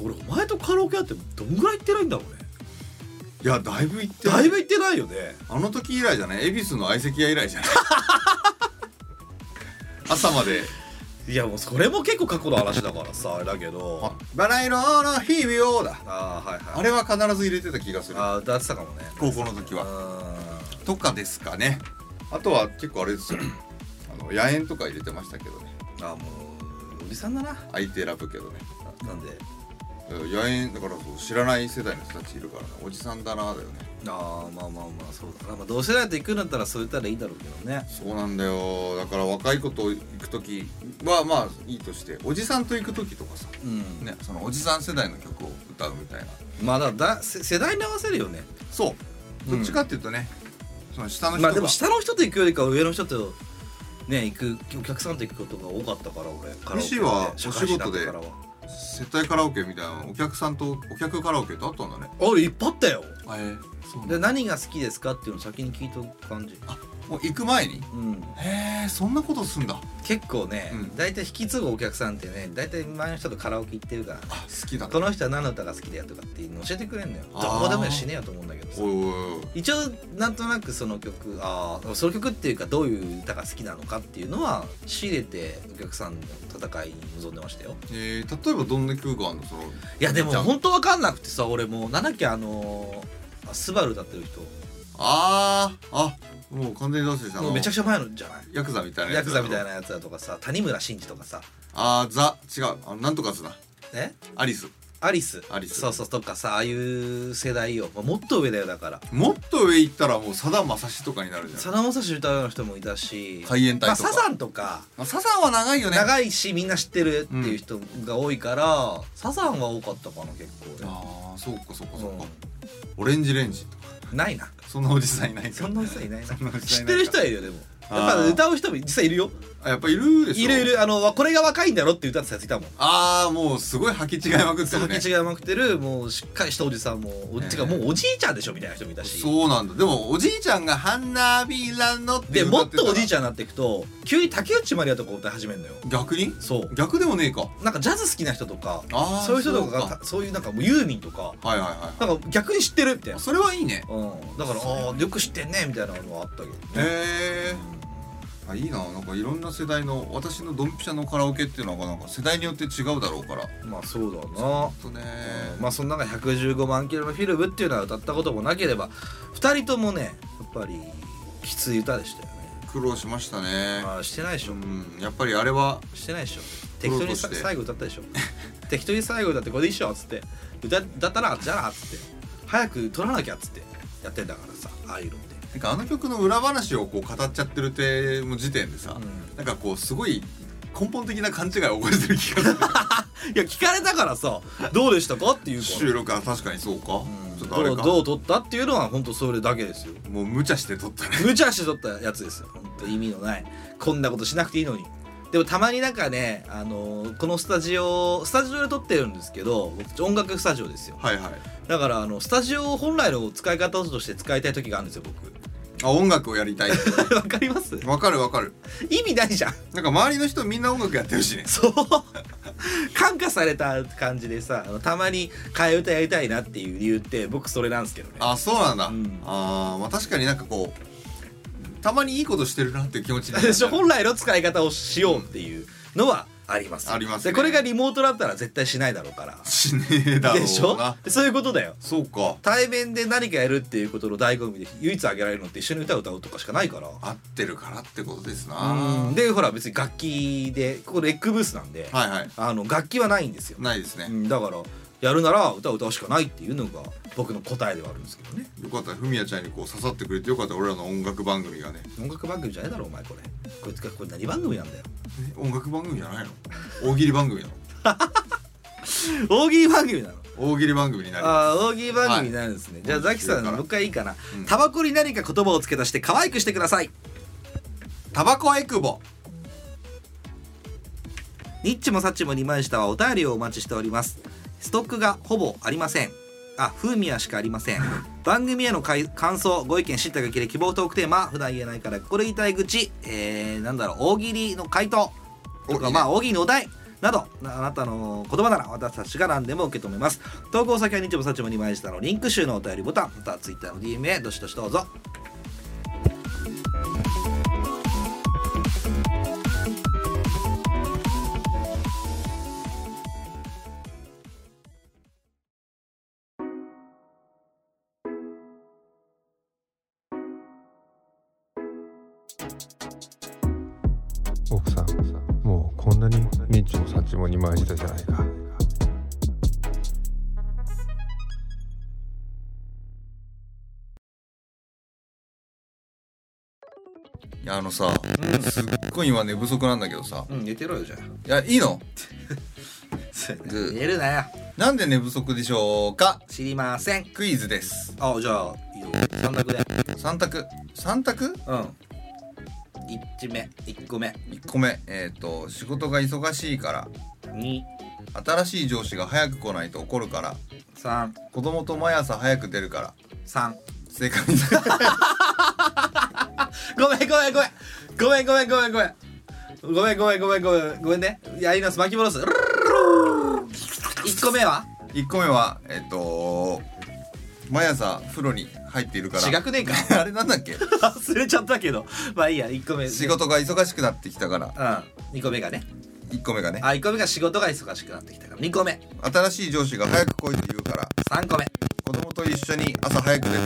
Speaker 2: 俺お前とカラオケやってどんぐらい行ってないんだろうね
Speaker 1: いやだいぶ行ってる
Speaker 2: だいぶ行ってないよね
Speaker 1: あの時以来じゃない恵比寿の相席屋以来じゃない 朝まで
Speaker 2: いやもうそれも結構過去の話だからさあれだけどあ
Speaker 1: 「バラ色の日々を」だ
Speaker 2: あーはいはい
Speaker 1: あれは必ず入れてた気がする
Speaker 2: あー歌ってたかもね
Speaker 1: 高校の時は
Speaker 2: あ
Speaker 1: とかですかねあとは結構あれですよ あの野縁とか入れてましたけどね
Speaker 2: ーあーもうおじさんだな
Speaker 1: 相手選ぶけどね
Speaker 2: なんで
Speaker 1: うん野縁だからそう知らない世代の人たちいるからなおじさんだなだよね
Speaker 2: ああまあまあまあそうだな、まあ、どうせないと行くんだったらそう言ったらいいだろうけどね
Speaker 1: そうなんだよだから若い子と行く時はまあいいとしておじさんと行く時とかさ
Speaker 2: うん
Speaker 1: ねそのおじさん世代の曲を歌うみたいな
Speaker 2: まあだからだせ世代に合わせるよね
Speaker 1: そうどっちかっていうとね、その下の人
Speaker 2: ま
Speaker 1: が、
Speaker 2: あでも下の人と行くよりかは上の人とね行くお客さんと行くことが多かったから俺カラオケ
Speaker 1: 西は
Speaker 2: 社
Speaker 1: お
Speaker 2: 会
Speaker 1: 仕
Speaker 2: 人になっ
Speaker 1: 事
Speaker 2: て
Speaker 1: で
Speaker 2: からは
Speaker 1: 接待カラオケみたいなお客さんとお客カラオケってあったんだね
Speaker 2: あ俺いっぱいあったよ
Speaker 1: あえそう
Speaker 2: で何が好きですかっていうのを先に聞いとく感じ
Speaker 1: もう行く前に
Speaker 2: うん
Speaker 1: へえそんなことすんだ
Speaker 2: 結構ね
Speaker 1: うん
Speaker 2: 大体、引き継ぐお客さんってね大体前の人とカラオケ行ってるから
Speaker 1: あ好きだ
Speaker 2: この人は何の歌が好きだよとかっていうの教えてくれんのよ
Speaker 1: あ
Speaker 2: ど
Speaker 1: ー
Speaker 2: こでも死ねよと思うんだけどさ
Speaker 1: おいおいおい
Speaker 2: 一応なんとなくその曲ああその曲っていうかどういう歌が好きなのかっていうのは仕入れてお客さんの戦いに臨んでましたよ
Speaker 1: えー、例えばどんな曲があるのその
Speaker 2: いやでも
Speaker 1: じゃあ
Speaker 2: 本当わかんなくてさ俺もうなんだっけあのーあスバル歌ってる人
Speaker 1: あーあもう完全に出してた
Speaker 2: もうめちゃくちゃ前のじゃない
Speaker 1: ヤクザみたいな
Speaker 2: ヤクザみたい
Speaker 1: な
Speaker 2: なやつだとかさ谷村新司とかさ
Speaker 1: あーザ違うあのなんとかズだ
Speaker 2: ね
Speaker 1: アリス
Speaker 2: アリス
Speaker 1: アリス
Speaker 2: そうそうとかさああいう世代よ、まあもっと上だよだから
Speaker 1: もっと上行ったらもうさだまさしとかになるじゃ
Speaker 2: さだまさし歌うような人もいたし
Speaker 1: 海援隊とか
Speaker 2: まあ、サザンとか
Speaker 1: んサザンは長いよねい
Speaker 2: 長いしみんな知ってるっていう人が多いから、サザンは多かったかな結構ね
Speaker 1: あーそうかそうかそうか、
Speaker 2: う
Speaker 1: オレンジレンジとか
Speaker 2: んないな
Speaker 1: そんなおじさんいないか
Speaker 2: そんな人いないな
Speaker 1: そんな人いないか
Speaker 2: 知ってる人はいるよでもやっぱ歌う人も実際いるよ
Speaker 1: あやっぱいるでしょ
Speaker 2: いるいるあのわこれが若いんだろって歌ってたやついたもん
Speaker 1: ああもうすごい履き違いまくってるね
Speaker 2: 履き違いまくってるもうしっかりしたおじさんもおてかもうおじいちゃんでしょみたいな人もいたし
Speaker 1: そうなんだでもおじいちゃんが「花びらの」って
Speaker 2: でもっとおじい
Speaker 1: ゃ
Speaker 2: ちゃんになっていくと急に竹内まりやとか歌い始めるのよ
Speaker 1: ん逆に
Speaker 2: そう
Speaker 1: 逆でもねえか
Speaker 2: なんかジャズ好きな人とか
Speaker 1: あー
Speaker 2: そういう人とかが
Speaker 1: そう
Speaker 2: そういうなんかもうユーミンとか
Speaker 1: はいはいは
Speaker 2: なんか逆に知ってるみたい
Speaker 1: い
Speaker 2: な、
Speaker 1: それはいいね
Speaker 2: うん、だからああよく知ってんねみたいなのはあったけどね
Speaker 1: へえあいいななんかいろんな世代の私のドンピシャのカラオケっていうのがなんか世代によって違うだろうからち
Speaker 2: まあそうだな
Speaker 1: ょっとね
Speaker 2: うんまあその中115万キロのフィルムっていうのは歌ったこともなければ2人ともねやっぱりきつい歌でしたよね
Speaker 1: 苦労しましたね
Speaker 2: ああしてないでし
Speaker 1: う
Speaker 2: ょ
Speaker 1: んやっぱりあれは
Speaker 2: してないでしょ適当にさ
Speaker 1: プロとして
Speaker 2: 最後歌ったで しょ適当に最後歌ってこれでいいっしょっつって歌だったらじゃあっつって早く撮らなきゃっつってやってんだからさああいうのって
Speaker 1: なんかあの曲の裏話をこう語っちゃってるってもう時点でさ、
Speaker 2: うん
Speaker 1: なんかこうすごい根本的な勘違いを起こしてる気が する
Speaker 2: いや聞かれたからさどうでしたかっていうから
Speaker 1: 収録は確かにそうか、
Speaker 2: うん
Speaker 1: ちょっとあれ
Speaker 2: どう
Speaker 1: か
Speaker 2: どう撮ったっていうのは本当それだけですよ
Speaker 1: もう無茶して撮ったね
Speaker 2: 無茶して撮ったやつですよ本当意味のないこんなことしなくていいのにでもたまになんかね、あのーこのスタジオスタジオで撮ってるんですけど僕音楽スタジオですよ
Speaker 1: はいはい
Speaker 2: だからあのスタジオを本来の使い方として使いたい時があるんですよ
Speaker 1: あ音楽をやりたい
Speaker 2: 僕 わかります
Speaker 1: わかるわかる
Speaker 2: 意味ないじゃん
Speaker 1: なんか周りの人みんな音楽やってるしね
Speaker 2: そう感化された感じでさあのたまに替え歌やりたいなっていう理由って僕それなんですけどね
Speaker 1: あそうなんだ、
Speaker 2: うん
Speaker 1: あーまあ確かになんかこうたまにいいことしてるなっていう気持ちになる
Speaker 2: で本来の使い方をしようっていうのはあります
Speaker 1: ありますね
Speaker 2: でこれがリモートだったら絶対しないだろうから
Speaker 1: しねえだろうな
Speaker 2: でしょそういうことだよ
Speaker 1: そうか
Speaker 2: 対面で何かやるっていうことの醍醐味で唯一あげられるのって一緒に歌を歌うとかしかないから
Speaker 1: 合ってるからってことですな
Speaker 2: うんでほら別に楽器でここレックブースなんで、
Speaker 1: はいはい
Speaker 2: あの楽器はないんですよ、
Speaker 1: ないですね、
Speaker 2: うんだからやるなら歌を歌うしかないっていうのが僕の答えではあるんですけどね
Speaker 1: よかったふみやちゃんにこう刺さってくれてよかった俺らの音楽番組がね
Speaker 2: 音楽番組じゃないだろお前これこいつがこれ何番組なんだよ
Speaker 1: え音楽番組じゃないの大喜利番組なの
Speaker 2: 大喜利番組なの
Speaker 1: 大喜利番組になりま
Speaker 2: ああ大喜利番組になるんですね、じゃあザキさん
Speaker 1: うん
Speaker 2: もう一回いいかな、
Speaker 1: うん
Speaker 2: タバコに何か言葉を付け足して可愛くしてください
Speaker 1: すタバコエクボ
Speaker 2: ニッチもサッチも二枚下はお便りをお待ちしております。ストックがほぼありません。あ、風味はしかありませ ん。番組へのかい感想、ご意見、知った激励、希望トークテーマ、普段言えないからこれ言いたい口、えー、なんだろう、大喜利の回答、
Speaker 1: お
Speaker 2: と
Speaker 1: いい
Speaker 2: か、
Speaker 1: ね
Speaker 2: まあ、大喜利のお題、など、なあなたの言葉なら私たちが何でも受け止めます。投稿先は日もさちも二枚下のリンク集のお便りボタン、または Twitter の DM へどしどしどうぞ。
Speaker 3: 奥さんもうこんなにニッチもサッチも二枚舌じゃないか
Speaker 1: いやあのさ、すっごい今寝不足なんだけどさ
Speaker 2: うん、寝てろよ、じゃあ。
Speaker 1: いやいいのグー
Speaker 2: 寝るなよ。
Speaker 1: なんで寝不足でしょうか
Speaker 2: 知りません。
Speaker 1: クイズです
Speaker 2: あ、じゃあ、いいよ。三択で。
Speaker 1: 三択三択
Speaker 2: うん。 1目1個目
Speaker 1: 1個目えっ、と仕事が忙しいから
Speaker 2: 23
Speaker 1: 新しい上司が早く来ないと怒るから子供と毎朝早く出るから
Speaker 2: 三
Speaker 1: 正解です
Speaker 2: ごめんごめんごめんごめんごめんごめんごめんごめんごめんごめんごめんごめんねやり直す巻き戻す1個目は
Speaker 1: 1個目はえっ、と毎朝風呂に入っているから
Speaker 2: 違くねえか
Speaker 1: あれなんだっけ
Speaker 2: 忘れちゃったけどまあいいや1個目
Speaker 1: 仕事が忙しくなってきたから
Speaker 2: うん2個目がね
Speaker 1: 1個目がね
Speaker 2: あ1個目が仕事が忙しくなってきたから2個目
Speaker 1: 新しい上司が早く来いと言うから
Speaker 2: 3個目
Speaker 1: 子供と一緒に朝早く出てる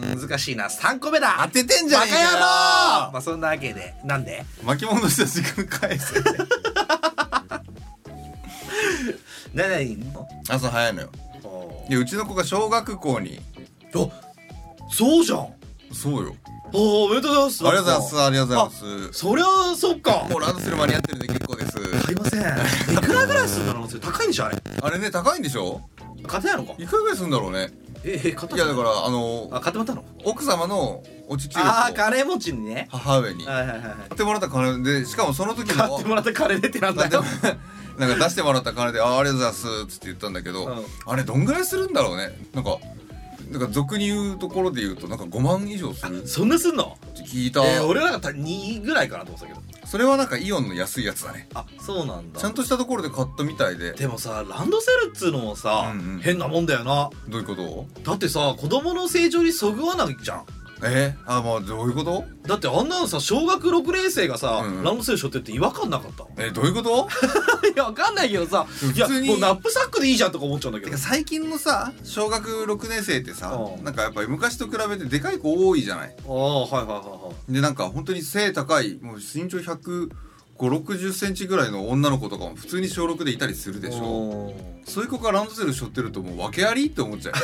Speaker 1: から
Speaker 2: 難しいな3個目だ
Speaker 1: 当ててんじゃねえかよ
Speaker 2: まあそんなわけでなんで
Speaker 1: 巻き戻した時間返せ
Speaker 2: 何々いんの
Speaker 1: 朝早いのよ
Speaker 2: お
Speaker 1: でうちの子が小学校に
Speaker 2: そうじゃん
Speaker 1: そうよ
Speaker 2: おおめでとうございます
Speaker 1: ありがとうございますありがとうございます
Speaker 2: そりゃあそっか
Speaker 1: もうランドセル間に合ってるんで結構です
Speaker 2: 買いませんいくらぐらいするんだろうそれ高いんでしょあれ
Speaker 1: あれね高いんでしょ
Speaker 2: 買ってないのか
Speaker 1: いくらぐらいするんだろうね
Speaker 2: ええ買った
Speaker 1: い
Speaker 2: んじ
Speaker 1: や
Speaker 2: ゃな
Speaker 1: だからあの
Speaker 2: あ買ってもらったの
Speaker 1: 奥様のお乳を
Speaker 2: ああーカレー餅にね
Speaker 1: 母上に買
Speaker 2: はいはいはいはい
Speaker 1: ってもらった金でしかもその時も
Speaker 2: 買ってもらったカレーでってなんだよ
Speaker 1: なんか出してもらった金で「あーありがとうございます」っつって言ったんだけど、
Speaker 2: うん
Speaker 1: あれどんぐらいするんだろうねなんかなんか俗に言うところで言うとなんか5万以上するっ
Speaker 2: そんなすんの
Speaker 1: て聞いた、
Speaker 2: えー、俺らがた2ぐらいかなと思ってたけど
Speaker 1: それはなんかイオンの安いやつだね
Speaker 2: あそうなんだ
Speaker 1: ちゃんとしたところで買ったみたいで
Speaker 2: でもさランドセルっつうのもさ、
Speaker 1: うんうん
Speaker 2: 変なもんだよな
Speaker 1: どういうこと
Speaker 2: だってさ子供の成長にそぐわないじゃん
Speaker 1: えー、あーまあどういうこと
Speaker 2: だってあんなのさ小学6年生がさ、
Speaker 1: うんうん
Speaker 2: ランドセル背負ってって違和感なかった
Speaker 1: えー、どういうこと
Speaker 2: いやわかんないけどさ
Speaker 1: 普
Speaker 2: いや
Speaker 1: 通に
Speaker 2: もうナップサックでいいじゃんとか思っちゃうんだ け
Speaker 1: て
Speaker 2: ど
Speaker 1: か最近のさ小学6年生ってさ、
Speaker 2: うん
Speaker 1: なんかやっぱり昔と比べてでかい子多いじゃない
Speaker 2: ああはいはいはいはい
Speaker 1: でなんか本当に背高いもう身長1 5 6 0センチぐらいの女の子とかも普通に小6でいたりするでしょ
Speaker 2: おー
Speaker 1: そういう子がランドセル背負ってるともう訳ありって思っちゃう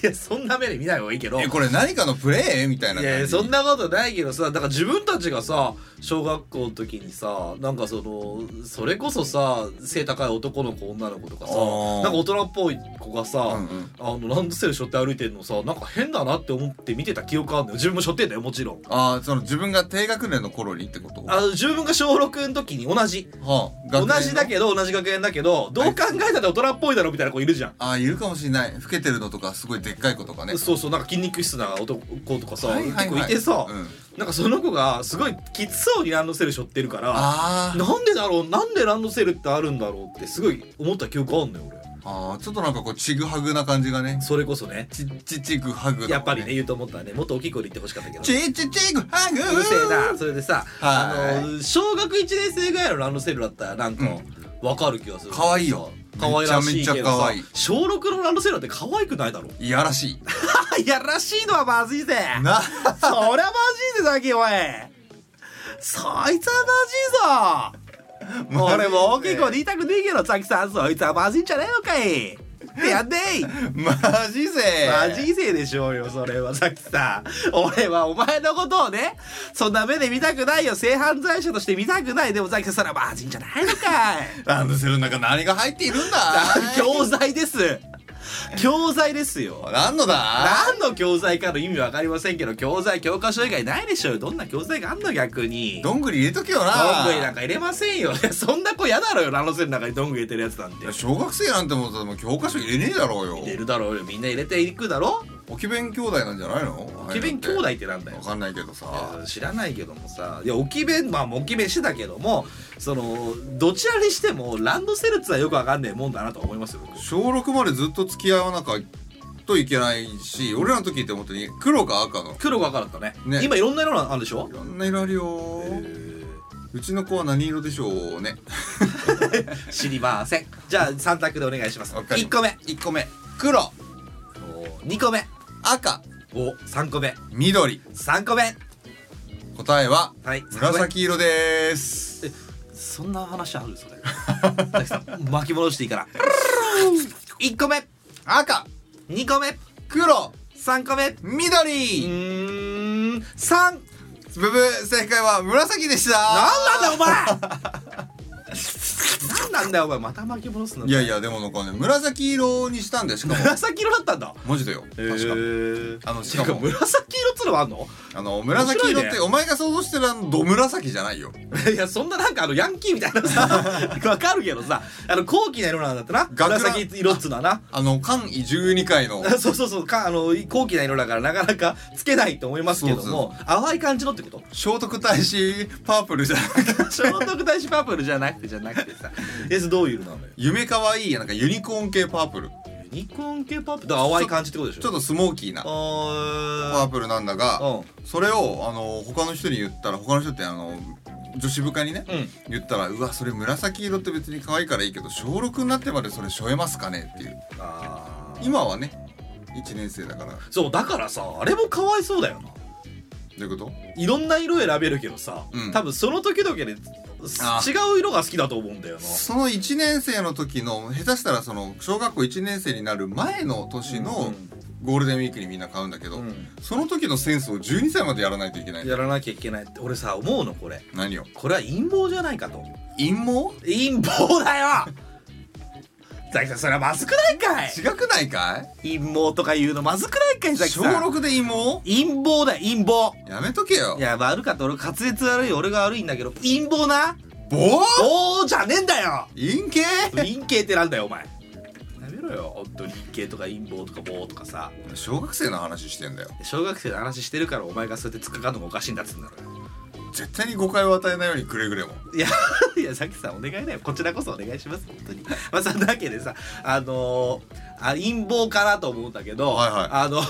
Speaker 2: いやそんな目で見ない方がいいけど い
Speaker 1: えこれ何かのプレーみたいな
Speaker 2: やい
Speaker 1: 感
Speaker 2: や
Speaker 1: じ
Speaker 2: そんなことないけどさだから自分たちがさ小学校の時にさなんかそのそれこそさ背高い男の子女の子とかさ
Speaker 1: あー
Speaker 2: なんか大人っぽい子がさ、
Speaker 1: うんうん
Speaker 2: あのランドセル背負って歩いてるのさなんか変だなって思って見てた記憶あるのよ自分も背負ってんだよもちろん
Speaker 1: ああその自分が低学年の頃にってこと
Speaker 2: あの自分が小6の時に同じ
Speaker 1: はあ、
Speaker 2: 同
Speaker 1: 学年の
Speaker 2: じだけど同じ学園だけどどう考えたら大人っぽいだろみたいな子いるじゃん、
Speaker 1: ああいるかもしれない老けてるのとかすごいでっかい子とかね
Speaker 2: そうそうなんか筋肉質な男とかさ、
Speaker 1: はいはいはい
Speaker 2: 結構いてさ、
Speaker 1: うん
Speaker 2: なんかその子がすごいきつそうにランドセル背負ってるから
Speaker 1: あー
Speaker 2: なんでだろうなんでランドセルってあるんだろうってすごい思った記憶あるんだよ俺
Speaker 1: あーちょっとなんかこうちぐはぐな感じがね
Speaker 2: それこそね
Speaker 1: ちちちぐはぐだもん
Speaker 2: やっぱりね言うと思ったらねもっと大きい声で言ってほしかったけど
Speaker 1: ちちちぐはぐ
Speaker 2: うるせえなそれでさ、
Speaker 1: はい
Speaker 2: あの小学1年生ぐらいのランドセルだったらなんかわかる気がする
Speaker 1: 可愛いよ
Speaker 2: 可愛らしいけ
Speaker 1: めちゃめちゃ
Speaker 2: どさ
Speaker 1: 可愛い
Speaker 2: 小6のランドセルだって可愛くないだろ
Speaker 1: いやらしい
Speaker 2: いやらしいのはまずいぜ
Speaker 1: な
Speaker 2: そりゃまずいぜさっきおいそいつはまずいぞ
Speaker 1: まずいぜ
Speaker 2: 俺も大きい声で言いたくねえけどさっきさんそいつはまずいんじゃねえのかいってやんねえ
Speaker 1: マジぜ
Speaker 2: マジ勢でしょうよそれはさっきさ俺はお前のことをねそんな目で見たくないよ性犯罪者として見たくないでもさっきさんそれはまずいんじゃないの かい
Speaker 1: ランドセルの中何が入っているんだ
Speaker 2: 教材です教材ですよ
Speaker 1: 何のだ
Speaker 2: 何の教材かの意味わかりませんけど教材教科書以外ないでしょうよどんな教材があんの逆に
Speaker 1: どんぐり入れとけよな
Speaker 2: どんぐりなんか入れませんよい やそんな子嫌だろよランドセルの中にどんぐり入れてるやつなんて
Speaker 1: いや小学生なんてもうさもう教科書入れねえだろうよ
Speaker 2: 入れるだろうよみんな入れていくだろ
Speaker 1: おき弁兄弟なんじゃないの
Speaker 2: 置き弁兄弟ってなんだよ
Speaker 1: わかんないけどさ
Speaker 2: いや知らないけどもさいや置き弁まあ置き弁してたけどもそのどちらにしてもランドセルっつはよくわかんねえもんだなと思いますよ僕
Speaker 1: 小6までずっと付き合わなきゃといけないし俺らの時って本当に黒か赤の
Speaker 2: 黒が赤だったね
Speaker 1: ね
Speaker 2: 今いろんな色があるでしょ
Speaker 1: いろんな色あるようちの子は何色でしょうね
Speaker 2: 知りませんじゃあ3択でお願いします
Speaker 1: わかり
Speaker 2: 1個目
Speaker 1: 1個目黒
Speaker 2: 2個目
Speaker 1: 赤
Speaker 2: お3個目
Speaker 1: 緑
Speaker 2: 3個目
Speaker 1: 答えは
Speaker 2: はい三個目
Speaker 1: 紫色です
Speaker 2: そんな話あるそれ 滝さん巻き戻していいから1個目
Speaker 1: 赤
Speaker 2: 2個目
Speaker 1: 黒
Speaker 2: 3個目う
Speaker 1: 緑
Speaker 2: ーん3
Speaker 1: ブブー正解は紫でした
Speaker 2: なんなんだお前なんなんだよお前また巻き戻すの
Speaker 1: いやいやでもなんかね 紫色にしたんだよしかも
Speaker 2: 紫色だったんだ
Speaker 1: マジだよ
Speaker 2: へ
Speaker 1: 確か
Speaker 2: ー
Speaker 1: あのしてか
Speaker 2: か
Speaker 1: も
Speaker 2: 紫色っつのもあんの
Speaker 1: あの紫色っ
Speaker 2: 面白い
Speaker 1: て
Speaker 2: ね
Speaker 1: お前が想像してるあのど紫じゃないよ
Speaker 2: いやそんななんかあのヤンキーみたいな さわかるけどさあの高貴な色なんだってな
Speaker 1: 楽な
Speaker 2: 紫色っつうのはな
Speaker 1: あの官位12回 の
Speaker 2: そうそうそうかあの高貴な色だからなかなかつけないと思いますけども淡い感じのってこと
Speaker 1: 聖徳太子パープルじゃなくて
Speaker 2: 聖徳太子パープルじゃなくてじゃなくてさえそれどういう色なのよ
Speaker 1: 夢かわいいなんかユニコーン系パープル
Speaker 2: ユニコーン系パープルだから淡い感じってことでしょ
Speaker 1: ちょっ
Speaker 2: と
Speaker 1: とスモーキーなパ
Speaker 2: あ
Speaker 1: ープルなんだ
Speaker 2: ー
Speaker 1: が
Speaker 2: うん
Speaker 1: それをあの他の人に言ったら他の人ってあの女子部下にね、
Speaker 2: うん
Speaker 1: 言ったら「うわそれ紫色って別に可愛いからいいけど小6になってまでそれしょえますかね?」っていう
Speaker 2: あー
Speaker 1: 今はね1年生だからど
Speaker 2: そうだからさあれもかわいそうだよな
Speaker 1: ういうこと
Speaker 2: いろんな色選べるけどさ、
Speaker 1: うん
Speaker 2: 多分その時々で違
Speaker 1: あ
Speaker 2: う色が好きだと思うんだよな
Speaker 1: その1年生の時の下手したらその小学校1年生になる前の年のゴールデンウィークにみんな買うんだけど、
Speaker 2: うん
Speaker 1: その時のセンスを12歳までやらないといけない
Speaker 2: やらなきゃいけないって俺さ思うのこれ
Speaker 1: 何よ
Speaker 2: これは陰謀じゃないかと
Speaker 1: 陰謀
Speaker 2: 陰謀だよザキさんそれはまずくないかい
Speaker 1: 違くないかい
Speaker 2: 陰謀とか言うのまずくないかいザキ
Speaker 1: 小
Speaker 2: さん
Speaker 1: 6で陰謀
Speaker 2: 陰謀だよ陰謀
Speaker 1: やめとけよ
Speaker 2: いや悪かった俺滑舌悪い俺が悪いんだけど陰謀な
Speaker 1: 棒
Speaker 2: おーじゃねえんだよ
Speaker 1: 陰形
Speaker 2: 陰形ってなんだよお前やめろよ本当に陰形とか陰謀とか棒とかさ
Speaker 1: 小学生の話してんだよ
Speaker 2: 小学生の話してるからお前がそうやって突っかかるのもおかしいんだっつうんだろ
Speaker 1: 絶対に誤解を与えないようにくれぐれも
Speaker 2: いや いやさっきさんお願いだよこちらこそお願いします本当にまあそんなわけでさあのー、あ陰謀かなと思うんだけど、
Speaker 1: はいはい
Speaker 2: あの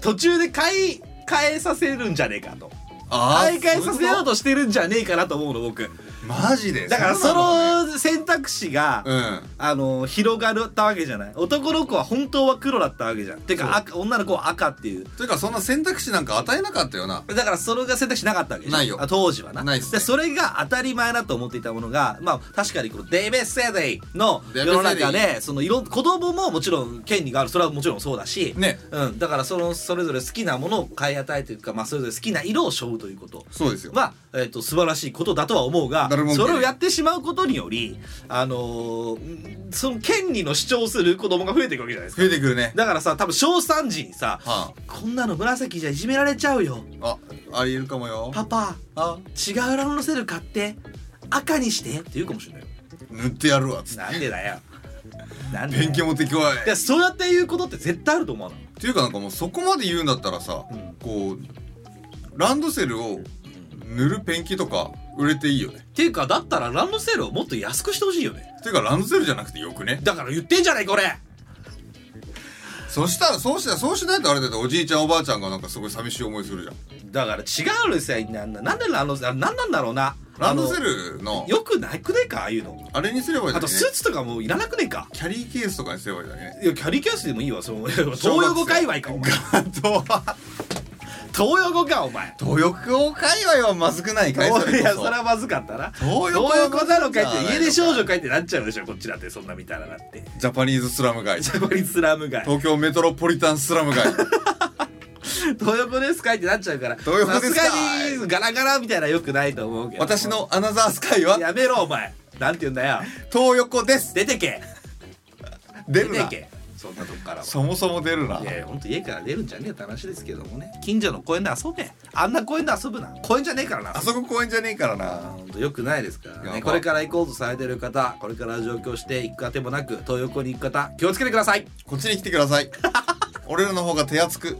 Speaker 2: 途中で買い変えさせるんじゃねえかと
Speaker 1: あ
Speaker 2: 買い替えさせよう
Speaker 1: と
Speaker 2: としてるんじゃねえかなと思うの僕
Speaker 1: マジで
Speaker 2: だからそう
Speaker 1: な
Speaker 2: の選択肢が、
Speaker 1: のね
Speaker 2: あの広がったわけじゃない男の子は本当は黒だったわけじゃんていうか赤女の子は赤っていう
Speaker 1: うんというかそんな選択肢なんか与えなかったよな
Speaker 2: だからそれが選択肢なかったわけでしょ
Speaker 1: ないよ
Speaker 2: あ当時はな
Speaker 1: ないっすね
Speaker 2: でそれが当たり前だと思っていたものがまあ確かにこのデイベス・セデイの
Speaker 1: デイ
Speaker 2: 世
Speaker 1: ベスセ
Speaker 2: の
Speaker 1: デイ
Speaker 2: 中でそのいろ子供ももちろん権利があるそれはもちろんそうだし、
Speaker 1: ね
Speaker 2: うん、だからそのそれぞれ好きなものを買い与えというか、まあ、それぞれ好きな色を背負うということ
Speaker 1: そうですよ
Speaker 2: は、えっと素晴らしいことだとは思うが
Speaker 1: なるもん
Speaker 2: それをやってしまうことにより、あのーんその権利の主張する子供が増えていくわけじゃないです
Speaker 1: 増
Speaker 2: か
Speaker 1: えてくるね
Speaker 2: だからさ多分小3時にさ
Speaker 1: は
Speaker 2: こんなの紫じゃいじめられちゃうよ
Speaker 1: ああありえるかもよ
Speaker 2: パパ
Speaker 1: あ
Speaker 2: 違うランドセル買って赤にしてって言うかもしれないよ
Speaker 1: 塗ってやるわつって
Speaker 2: なんでだよなんでだよ
Speaker 1: 勉強持ってきわい
Speaker 2: いやそうやって言うことって絶対あると思うの
Speaker 1: っていうかなんかもうそこまで言うんだったらさ、
Speaker 2: うん
Speaker 1: こうランドセルを塗るペンキとか売れていいよね
Speaker 2: っていうかだったらランドセルをもっと安くしてほしいよね
Speaker 1: っていうかランドセルじゃなくてよくね
Speaker 2: だから言ってんじゃないこれ
Speaker 1: そしたらそうしたらそうしないとあれだっておじいちゃんおばあちゃんがなんかすごい寂しい思いするじゃん
Speaker 2: だから違うのさなんなんでランドセルあれなんなんだろうな
Speaker 1: ランドセルの
Speaker 2: あのよくなくねえかああいうの
Speaker 1: あれにすればいい
Speaker 2: あ
Speaker 1: の
Speaker 2: と
Speaker 1: にね
Speaker 2: スーツとかもういらなくねえか
Speaker 1: キャリーケースとかにすればいいのにね
Speaker 2: いやキャリーケースでもいいわその東洋語界隈かお前
Speaker 1: あとは
Speaker 2: 東洋語かお前
Speaker 1: 東横界隈はまずくないかいそ
Speaker 2: い
Speaker 1: れこ
Speaker 2: や
Speaker 1: そ
Speaker 2: それはまずかったな
Speaker 1: 東
Speaker 2: どういうことなのかいって家出少女
Speaker 1: か
Speaker 2: かいってなっちゃうでしょこっちだってそんな見た らだって
Speaker 1: ジャパニーズスラム街
Speaker 2: ジャパニスラム街
Speaker 1: 東京メトロポリタンスラ ム街
Speaker 2: 東横ですかいってなっちゃうから
Speaker 1: 東横ですかい
Speaker 2: さすがにガラガラみたいなよくないと思うけど
Speaker 1: 私のアナザースカイは
Speaker 2: やめろお前なんて言うんだよ
Speaker 1: 東横です
Speaker 2: 出てけ
Speaker 1: 出
Speaker 2: 出
Speaker 1: る
Speaker 2: て
Speaker 1: な
Speaker 2: けそんなとこからは
Speaker 1: そもそも出るない
Speaker 2: やいやほんと家から出るんじゃねえって話ですけどもね近所の公園で遊べあんな公園で遊ぶな公園じゃねえからな
Speaker 1: あそこ公園じゃねえから
Speaker 2: あ
Speaker 1: な
Speaker 2: ーよくないですから
Speaker 1: やば
Speaker 2: ねこれから行こうとされてる方これから上京して行くあてもなく東横に行く方気をつけてください
Speaker 1: こっちに来てくださ い俺らの方が手厚く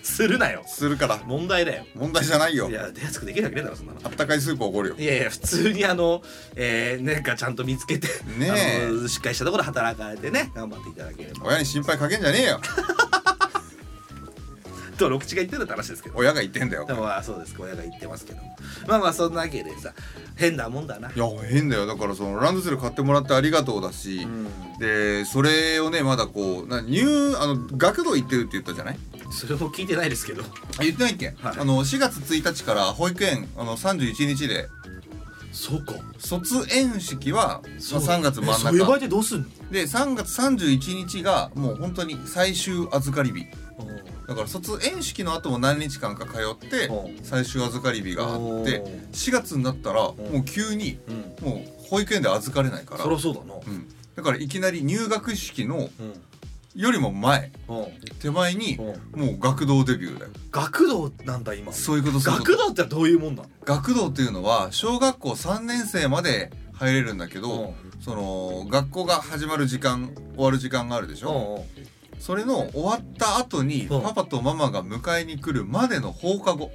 Speaker 2: するなよ
Speaker 1: するから
Speaker 2: 問題だよ
Speaker 1: 問題じゃないよ
Speaker 2: いや手厚くできるわけねえだろそんなの
Speaker 1: あったかいスープおごるよ
Speaker 2: いやいや普通にあのえー、なんかちゃんと見つけて
Speaker 1: ねえ
Speaker 2: あのしっかりしたところで働かれてね頑張っていただければ
Speaker 1: 親に心配かけんじゃねえ よ
Speaker 2: と六口が言ってるって話ですけど
Speaker 1: 親が言ってんだよ
Speaker 2: でもまあそうです親が言ってますけどまあまあそんなわけでさ変なもんだない
Speaker 1: や変だよだからそのランドセル買ってもらってありがとうだし、
Speaker 2: ん
Speaker 1: でそれをねまだこうな入あの学童行ってるって言ったじゃない
Speaker 2: それも聞いてないですけど
Speaker 1: あ言ってないっけ、
Speaker 2: はい
Speaker 1: あの4月1日から保育園あの31日で
Speaker 2: そうか
Speaker 1: 卒園式は、まあ、3月真ん中
Speaker 2: そういう場合ってどうすんの
Speaker 1: で3月31日がもう本当に最終預かり日だから卒園式の後も何日間か通って
Speaker 2: うん
Speaker 1: 最終預かり日があ
Speaker 2: お
Speaker 1: って
Speaker 2: ー
Speaker 1: 4月になったらもう急に
Speaker 2: うん
Speaker 1: もう保育園で預かれないから、
Speaker 2: そりゃそうだな
Speaker 1: うん、だからいきなり入学式の
Speaker 2: うん
Speaker 1: よりも前
Speaker 2: うん
Speaker 1: 手前に
Speaker 2: うん
Speaker 1: もう学童デビューだよ
Speaker 2: 学童なんだ今
Speaker 1: そういうことそういうこと
Speaker 2: 学童ってどういうもんなの
Speaker 1: 学童っていうのは小学校3年生まで入れるんだけど、その学校が始まる時間終わる時間があるでしょ、
Speaker 2: うんうん
Speaker 1: それの終わった後に
Speaker 2: うん
Speaker 1: パパとママが迎えに来るまでの放課後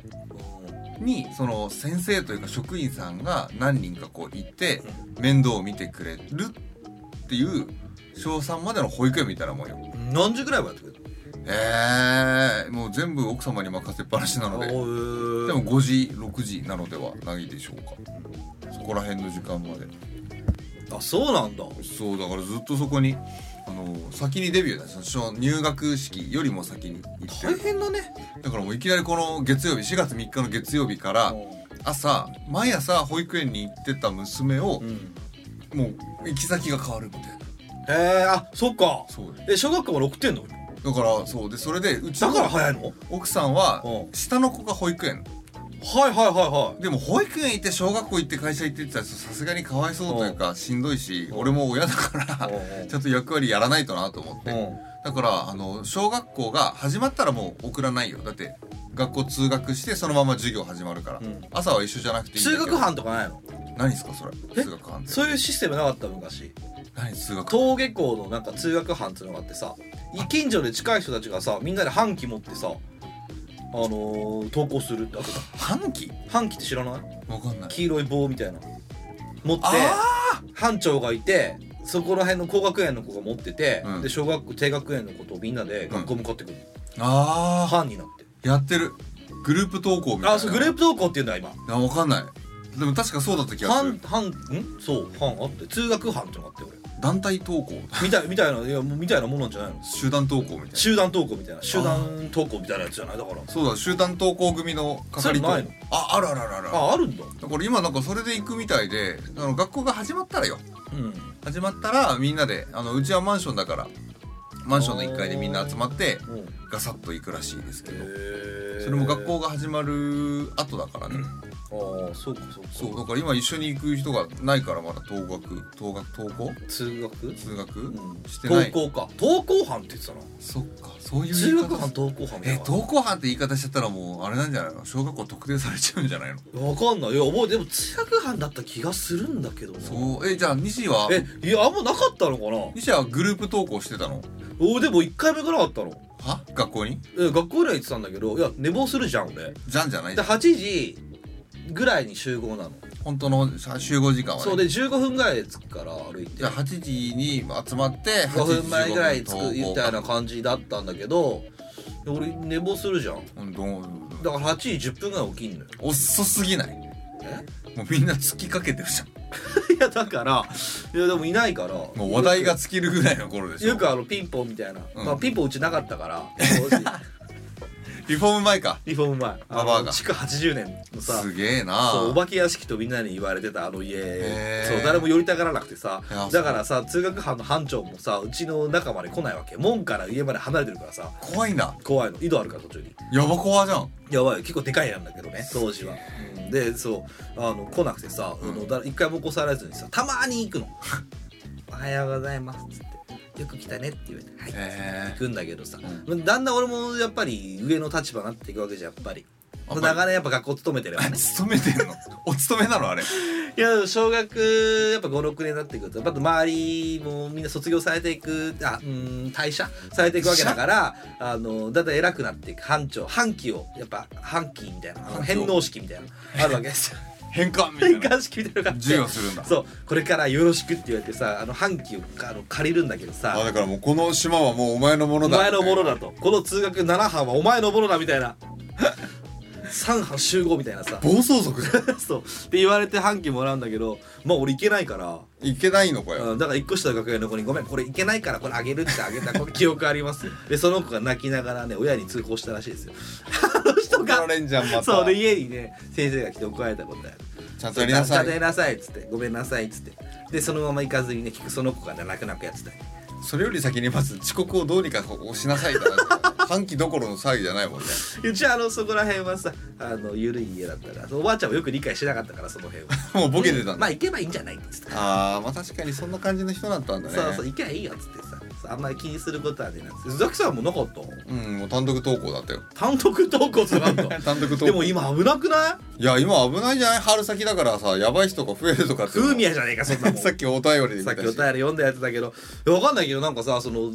Speaker 1: にその先生というか職員さんが何人かこういて面倒を見てくれるっていう小3までの保育園みたいなもんよ
Speaker 2: 何時ぐらいまでやってくれ
Speaker 1: えー、もう全部奥様に任せっぱなしな
Speaker 2: た
Speaker 1: ので
Speaker 2: おー
Speaker 1: でも5時6時なのではないでしょうかそこら辺の時間まで
Speaker 2: あそうなんだ
Speaker 1: そうだからずっとそこにあの先にデビューだしその入学式よりも先に行って
Speaker 2: 大
Speaker 1: る
Speaker 2: 変だね
Speaker 1: だからもういきなりこの月曜日4月3日の月曜日か
Speaker 2: う
Speaker 1: ら
Speaker 2: ん
Speaker 1: 朝毎朝保育園に行ってた娘を
Speaker 2: うん
Speaker 1: もう行き先が変わるみたいな
Speaker 2: えー、あそっか
Speaker 1: そう
Speaker 2: え小学校から送ってんの
Speaker 1: だからそうでそれでうち
Speaker 2: だから
Speaker 1: の
Speaker 2: 早いのはい
Speaker 1: 奥さんは
Speaker 2: う
Speaker 1: 下の子が保育園
Speaker 2: はいはいは
Speaker 1: でも保育園行って小学校行って会社行ってって言ったらさすがにかわいそうというかしんどいし
Speaker 2: うん
Speaker 1: 俺も親だから
Speaker 2: うん
Speaker 1: ちゃんと役割やらないとなと思っ
Speaker 2: い
Speaker 1: てだからあの小学校が始まったらもう送らないよだって学校通学してそのまま授業始まるから
Speaker 2: うん
Speaker 1: 朝は一緒じゃなくていいんだ
Speaker 2: 通
Speaker 1: けど
Speaker 2: 学班とかないの
Speaker 1: 何ですかそれ
Speaker 2: え
Speaker 1: 通学班って
Speaker 2: そういうシステムなかった昔
Speaker 1: 何通学
Speaker 2: 登下校のなんか通学班っていうのがあってさ近所で近い人たちがさみんなで半旗持ってさあのー、登校するってあった
Speaker 1: 半旗
Speaker 2: 半旗って知らない
Speaker 1: わかんない
Speaker 2: 黄色い棒みたいな持って
Speaker 1: あ
Speaker 2: 班長がいてそこら辺の高学園の子が持ってて、
Speaker 1: うん
Speaker 2: で小学校低学園の子とみんなで学校向かってくる、
Speaker 1: ーあ
Speaker 2: 班になって
Speaker 1: ーやってるグループ投稿みたいな
Speaker 2: あそうグループ登校っていうんだ今
Speaker 1: プあわかんないでも確かそうだった気がす
Speaker 2: 班
Speaker 1: る
Speaker 2: 班んそう班あって通学班ってのがあって俺
Speaker 1: 団体投稿
Speaker 2: みたいみたいないやもうみたいなものなんじゃないの
Speaker 1: 集団投稿みたいな
Speaker 2: 集団登校みたいな集団登校みたいなやつじゃないだから
Speaker 1: そうだ集団投稿組の係と
Speaker 2: それないの
Speaker 1: ああるあるあるある
Speaker 2: ああるんだ
Speaker 1: だから今なんかそれで行くみたいであの学校が始まったらよ
Speaker 2: うん
Speaker 1: 始まったらみんなであのうちはマンションだからマンションの1階でみんな集まって
Speaker 2: うん
Speaker 1: ガサッと行くらしいですけど
Speaker 2: そ
Speaker 1: それも学校が始まる後だからね
Speaker 2: ああそうかそうか
Speaker 1: そうだから今一緒に行く人がないからまだ登学登学登校
Speaker 2: 通学
Speaker 1: 通学、
Speaker 2: うん
Speaker 1: してない
Speaker 2: 登校か登校班って言ってたな
Speaker 1: そっかそういう
Speaker 2: 通
Speaker 1: 言い
Speaker 2: 学班
Speaker 1: 方
Speaker 2: 登校班みたい
Speaker 1: え
Speaker 2: な
Speaker 1: 登校班って言い方しちゃったらもうあれなんじゃないの小学校特定されちゃうんじゃないの
Speaker 2: わかんないいや覚えでも通学班だった気がするんだけどな
Speaker 1: そうえじゃあ西は
Speaker 2: えいやあんまなかったのかな
Speaker 1: 西はグループ登校してたの
Speaker 2: おでも1回目からあったの
Speaker 1: は学校に
Speaker 2: え学校以来行ってたんだけどいや寝坊するじゃん俺
Speaker 1: じゃんじゃない
Speaker 2: で8時ぐらいに集合なの
Speaker 1: 本当のさ集合時間はね
Speaker 2: そうで15分ぐらいで着くから歩いて
Speaker 1: じゃあ8時に集まって
Speaker 2: 5分前ぐらいに着く
Speaker 1: 8時15
Speaker 2: みたいな感じだったんだけどで俺寝坊するじゃん
Speaker 1: うんどん
Speaker 2: だから8時10分ぐらい起きん のよ
Speaker 1: 遅すぎないもうみんな突きかけてるじゃん
Speaker 2: いやだからいやでもいないから
Speaker 1: もう話題が尽きるぐらいの頃でしょ
Speaker 2: よくあのピンポンみたいな、
Speaker 1: うん
Speaker 2: まあ、ピンポンうちなかったから
Speaker 1: リフォーム前か
Speaker 2: リフォーム前
Speaker 1: ババアが
Speaker 2: 築80年のさ
Speaker 1: すげえな
Speaker 2: そうお化け屋敷とみんなに言われてたあの家
Speaker 1: へー
Speaker 2: そう誰も寄りたがらなくてさ
Speaker 1: いや
Speaker 2: だからさ通学班の班長もさうちの中まで来ないわけ門から家まで離れてるからさ
Speaker 1: 怖いんだ
Speaker 2: 怖いの井戸あるから途中に
Speaker 1: やば怖じゃん
Speaker 2: やばい結構でかい家なんだけどね当時は、うんでそうあの来なくてさ、
Speaker 1: うん
Speaker 2: あのだ一回も起こされずにさたまーに行くの おはようございますっつってよく来たねって言われてはい、
Speaker 1: へ
Speaker 2: 行くんだけどさ、
Speaker 1: う
Speaker 2: だんだん俺もやっぱり上の立場になっていくわけじゃんやっぱり
Speaker 1: あんまり
Speaker 2: 長年やっぱ学校勤めてれば
Speaker 1: え
Speaker 2: ね
Speaker 1: 勤めてんのお勤めなのあれ
Speaker 2: いやでも小学やっぱ56年になってくるとやっぱ周りもみんな卒業されていくあうん退社されていくわけだからあのだんだん偉くなっていく班長半旗をやっぱ半旗みたいなあの
Speaker 1: 半旗を
Speaker 2: 返納式みたいな のあるわけですよ
Speaker 1: 変換みたい
Speaker 2: 返
Speaker 1: な
Speaker 2: 還式みたいなのがあ
Speaker 1: 授
Speaker 2: っ
Speaker 1: 業するんだ
Speaker 2: てそうこれからよろしくって言われてさあの半旗をあの借りるんだけどさ
Speaker 1: あだからもうこの島はもうお前のも
Speaker 2: お
Speaker 1: のだ
Speaker 2: 前のものだとこの通学7班はお前のものだみたいな3班集合みたいなさ
Speaker 1: 暴走族じゃん
Speaker 2: そうって言われて半旗もらうんだけどまあ俺行けないから
Speaker 1: いけないのかよ
Speaker 2: うん、だから一個下の学園の子に「ごめんこれいけないからこれあげる」ってあげたこれ記憶ありますよ でその子が泣きながらね親に通報したらしいですよ あの人
Speaker 1: 怒ら
Speaker 2: が
Speaker 1: れんじゃんまた
Speaker 2: そうで家にね先生が来て怒られたことある
Speaker 1: ちゃんとやりなさ
Speaker 2: ちゃんとやり
Speaker 1: い
Speaker 2: なさい」っつって「ごめんなさい」っつってでそのまま行かずにね結局その子がね泣く泣くやってた
Speaker 1: それより先にまず遅刻をどうにかこうしなさいだ な半期どころの騒ぎじゃないもんね
Speaker 2: うちはあのそこら辺はさあの緩い家だったからおばあちゃんもよく理解してなかったからその辺は
Speaker 1: もうボケてたんだ
Speaker 2: まあ行けばいいんじゃないっつって
Speaker 1: あーまあ確かにそんな感じの人だったんだね
Speaker 2: そうそう行けばいいよっつってさあんまり気にすることはねなんです宇崎さんもなかった
Speaker 1: うんもう単独投稿だったよ
Speaker 2: 単独投稿するんだ
Speaker 1: 単独投稿
Speaker 2: でも今危なくない
Speaker 1: いや今危ないじゃない春先だからさやばい人が増えるとかっていうの
Speaker 2: 風宮じゃねえかそんなもん
Speaker 1: さっきお便りで見
Speaker 2: さ
Speaker 1: たし
Speaker 2: っきお便り読んだやつだけどいやわかんないけどなんかさその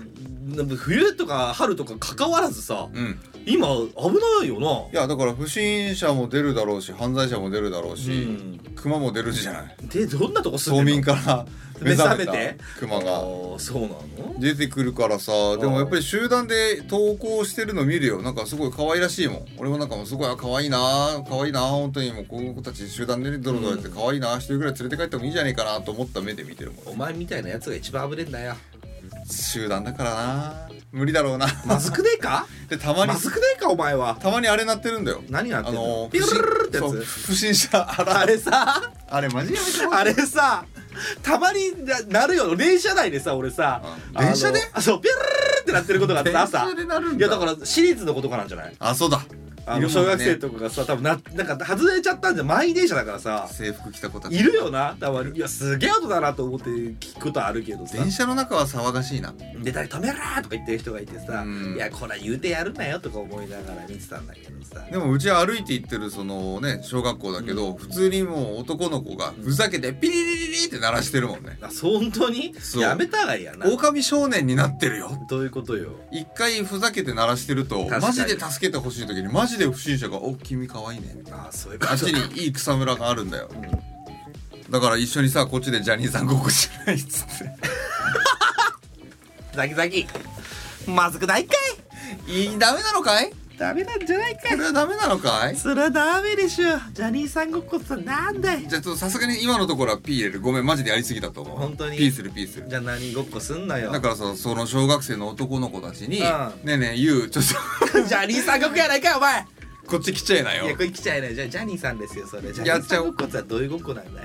Speaker 2: なんか冬とか春とか関わらずさ
Speaker 1: うん
Speaker 2: 今危ないよ
Speaker 1: い
Speaker 2: な
Speaker 1: やだから不審者も出るだろうし犯罪者も出るだろうし、
Speaker 2: うん
Speaker 1: 熊も出るじゃない
Speaker 2: でどんなとこ 住
Speaker 1: 冬
Speaker 2: んで
Speaker 1: 眠
Speaker 2: んの
Speaker 1: から目
Speaker 2: 目覚
Speaker 1: 覚
Speaker 2: め
Speaker 1: め
Speaker 2: て
Speaker 1: た熊
Speaker 2: あ
Speaker 1: が
Speaker 2: ーそうなの
Speaker 1: 出てくるからさでもやっぱり集団で投稿してるの見るよなんかすごい可愛らしいもん俺もなんかもうすごいあ可愛いな可愛いな本当にもうこの子たち集団でドロドロやって可愛いな一人ぐらい連れて帰ってもいいじゃねえかなと思った目で見てるもん
Speaker 2: お前みたいなやつが一番危ねえんだよ
Speaker 1: 集団だからな無理だろうな
Speaker 2: まずくねえか
Speaker 1: でたま
Speaker 2: ま
Speaker 1: に
Speaker 2: ずくねえかお前は
Speaker 1: たまにあれ鳴ってるんだよ
Speaker 2: 何やって
Speaker 1: あ
Speaker 2: んの
Speaker 1: の
Speaker 2: ピ
Speaker 1: 不
Speaker 2: ルルルルルって
Speaker 1: 審
Speaker 2: や
Speaker 1: そう
Speaker 2: つ
Speaker 1: 不審者あら
Speaker 2: あれさ
Speaker 1: あれマジやめて
Speaker 2: あれさたまにななるよ電車内でさ俺さ
Speaker 1: うん電車で
Speaker 2: あのそうピルルルルルってなってることがあって朝
Speaker 1: 電車で鳴るん
Speaker 2: い
Speaker 1: だ
Speaker 2: やだからシリーズのことかなんじゃない
Speaker 1: あそうだ
Speaker 2: あ
Speaker 1: い
Speaker 2: の
Speaker 1: るも
Speaker 2: 小
Speaker 1: んね
Speaker 2: 学生とかがさ多分ななんか外れちゃったんじゃ満員電車だからさ
Speaker 1: 制服着た子たち
Speaker 2: いるよなたまにいやすげえ後だなと思って聞くことあるけどさ
Speaker 1: 電車の中は騒がしいな
Speaker 2: で誰止めろーとか言ってる人がいてさ「
Speaker 1: うん
Speaker 2: いやこら言うてやるなよ」とか思いながら見てたんだけどさ
Speaker 1: でもうち歩いて行ってるそのね小学校だけど、普通にもう男の子がふざけてピリリリリって鳴らしてるもんね
Speaker 2: あそう本当に
Speaker 1: そう
Speaker 2: やめたがいいやな
Speaker 1: 狼少年になってるよ
Speaker 2: どういうことよ
Speaker 1: 一回ふざけて鳴らしてると
Speaker 2: 確かに
Speaker 1: マジで助けてほしい時にマジで不審者が「お君かわいいね」
Speaker 2: あそういうこ
Speaker 1: あ
Speaker 2: と
Speaker 1: っちにいい草むらがあるんだよ、だから一緒にさこっちでジャニーさんごっこしないっつって
Speaker 2: ザキザキまずくないか
Speaker 1: いいダメなのかい
Speaker 2: いダメなんじゃないか
Speaker 1: これはダメなのかい
Speaker 2: それはダメでしょジャニーさんごっこってなんだい
Speaker 1: じゃあちょっとさすがに今のところはピー入れるごめんマジでやりすぎたと思う
Speaker 2: 本当に
Speaker 1: ピーするピーする
Speaker 2: じゃあ何ごっこすんなよ
Speaker 1: だからさその小学生の男の子たちに「
Speaker 2: うん
Speaker 1: ねえねえゆうちょっ
Speaker 2: ジャニーさんごっこやないかいお前
Speaker 1: とこっち来ちゃいない
Speaker 2: や
Speaker 1: よ
Speaker 2: これ来ちゃいないじゃあジャニーさんですよそれジャニ
Speaker 1: や
Speaker 2: ー
Speaker 1: っちゃ
Speaker 2: さん
Speaker 1: う
Speaker 2: ごっこってどういうごっこなんだい」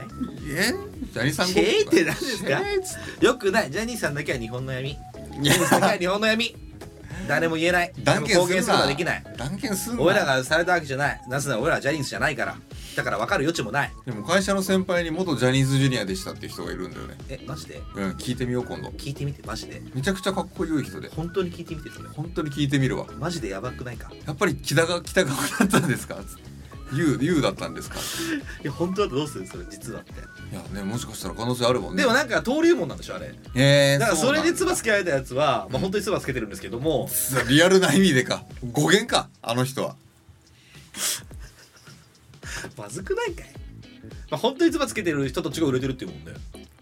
Speaker 1: えジャニーさん
Speaker 2: シ
Speaker 1: ご
Speaker 2: ェイって何です
Speaker 1: シ
Speaker 2: か
Speaker 1: ェイっつっ
Speaker 2: よくないジャニーさんだけは日本の闇
Speaker 1: て
Speaker 2: ジャニーさんだけは日本 の闇誰も言えない誰
Speaker 1: 断言するな
Speaker 2: も公言することはできない
Speaker 1: 断言すん
Speaker 2: 俺ら
Speaker 1: な
Speaker 2: がされたわけじゃないなぜなら俺らはジャニーズじゃないからだから分かる余地もない
Speaker 1: でも会社の先輩に元ジャニーズジュニアでしたっていう人がいるんだよね
Speaker 2: えマジで
Speaker 1: うん聞いてみよう今度
Speaker 2: 聞いてみてマジで
Speaker 1: めちゃくちゃかっこいい人で
Speaker 2: 本当に聞いてみてそれ
Speaker 1: 本当に聞いてみるわ
Speaker 2: マジでやばくないか
Speaker 1: やっぱり北川北川だったんですかつってゆうゆうだったんですか
Speaker 2: いや本当だとどうするそれ実はって
Speaker 1: いやねもしかしたら可能性あるもんね
Speaker 2: でもなんか登竜門なんでしょあれ
Speaker 1: えー、
Speaker 2: だからそれで
Speaker 1: つ
Speaker 2: 唾つけられたやつはまあ本当に唾つけてるんですけども
Speaker 1: リアルな意味でか語源かあの人は
Speaker 2: まずくないかいまあ本当に唾つけてる人たちが売れてるっていうもんね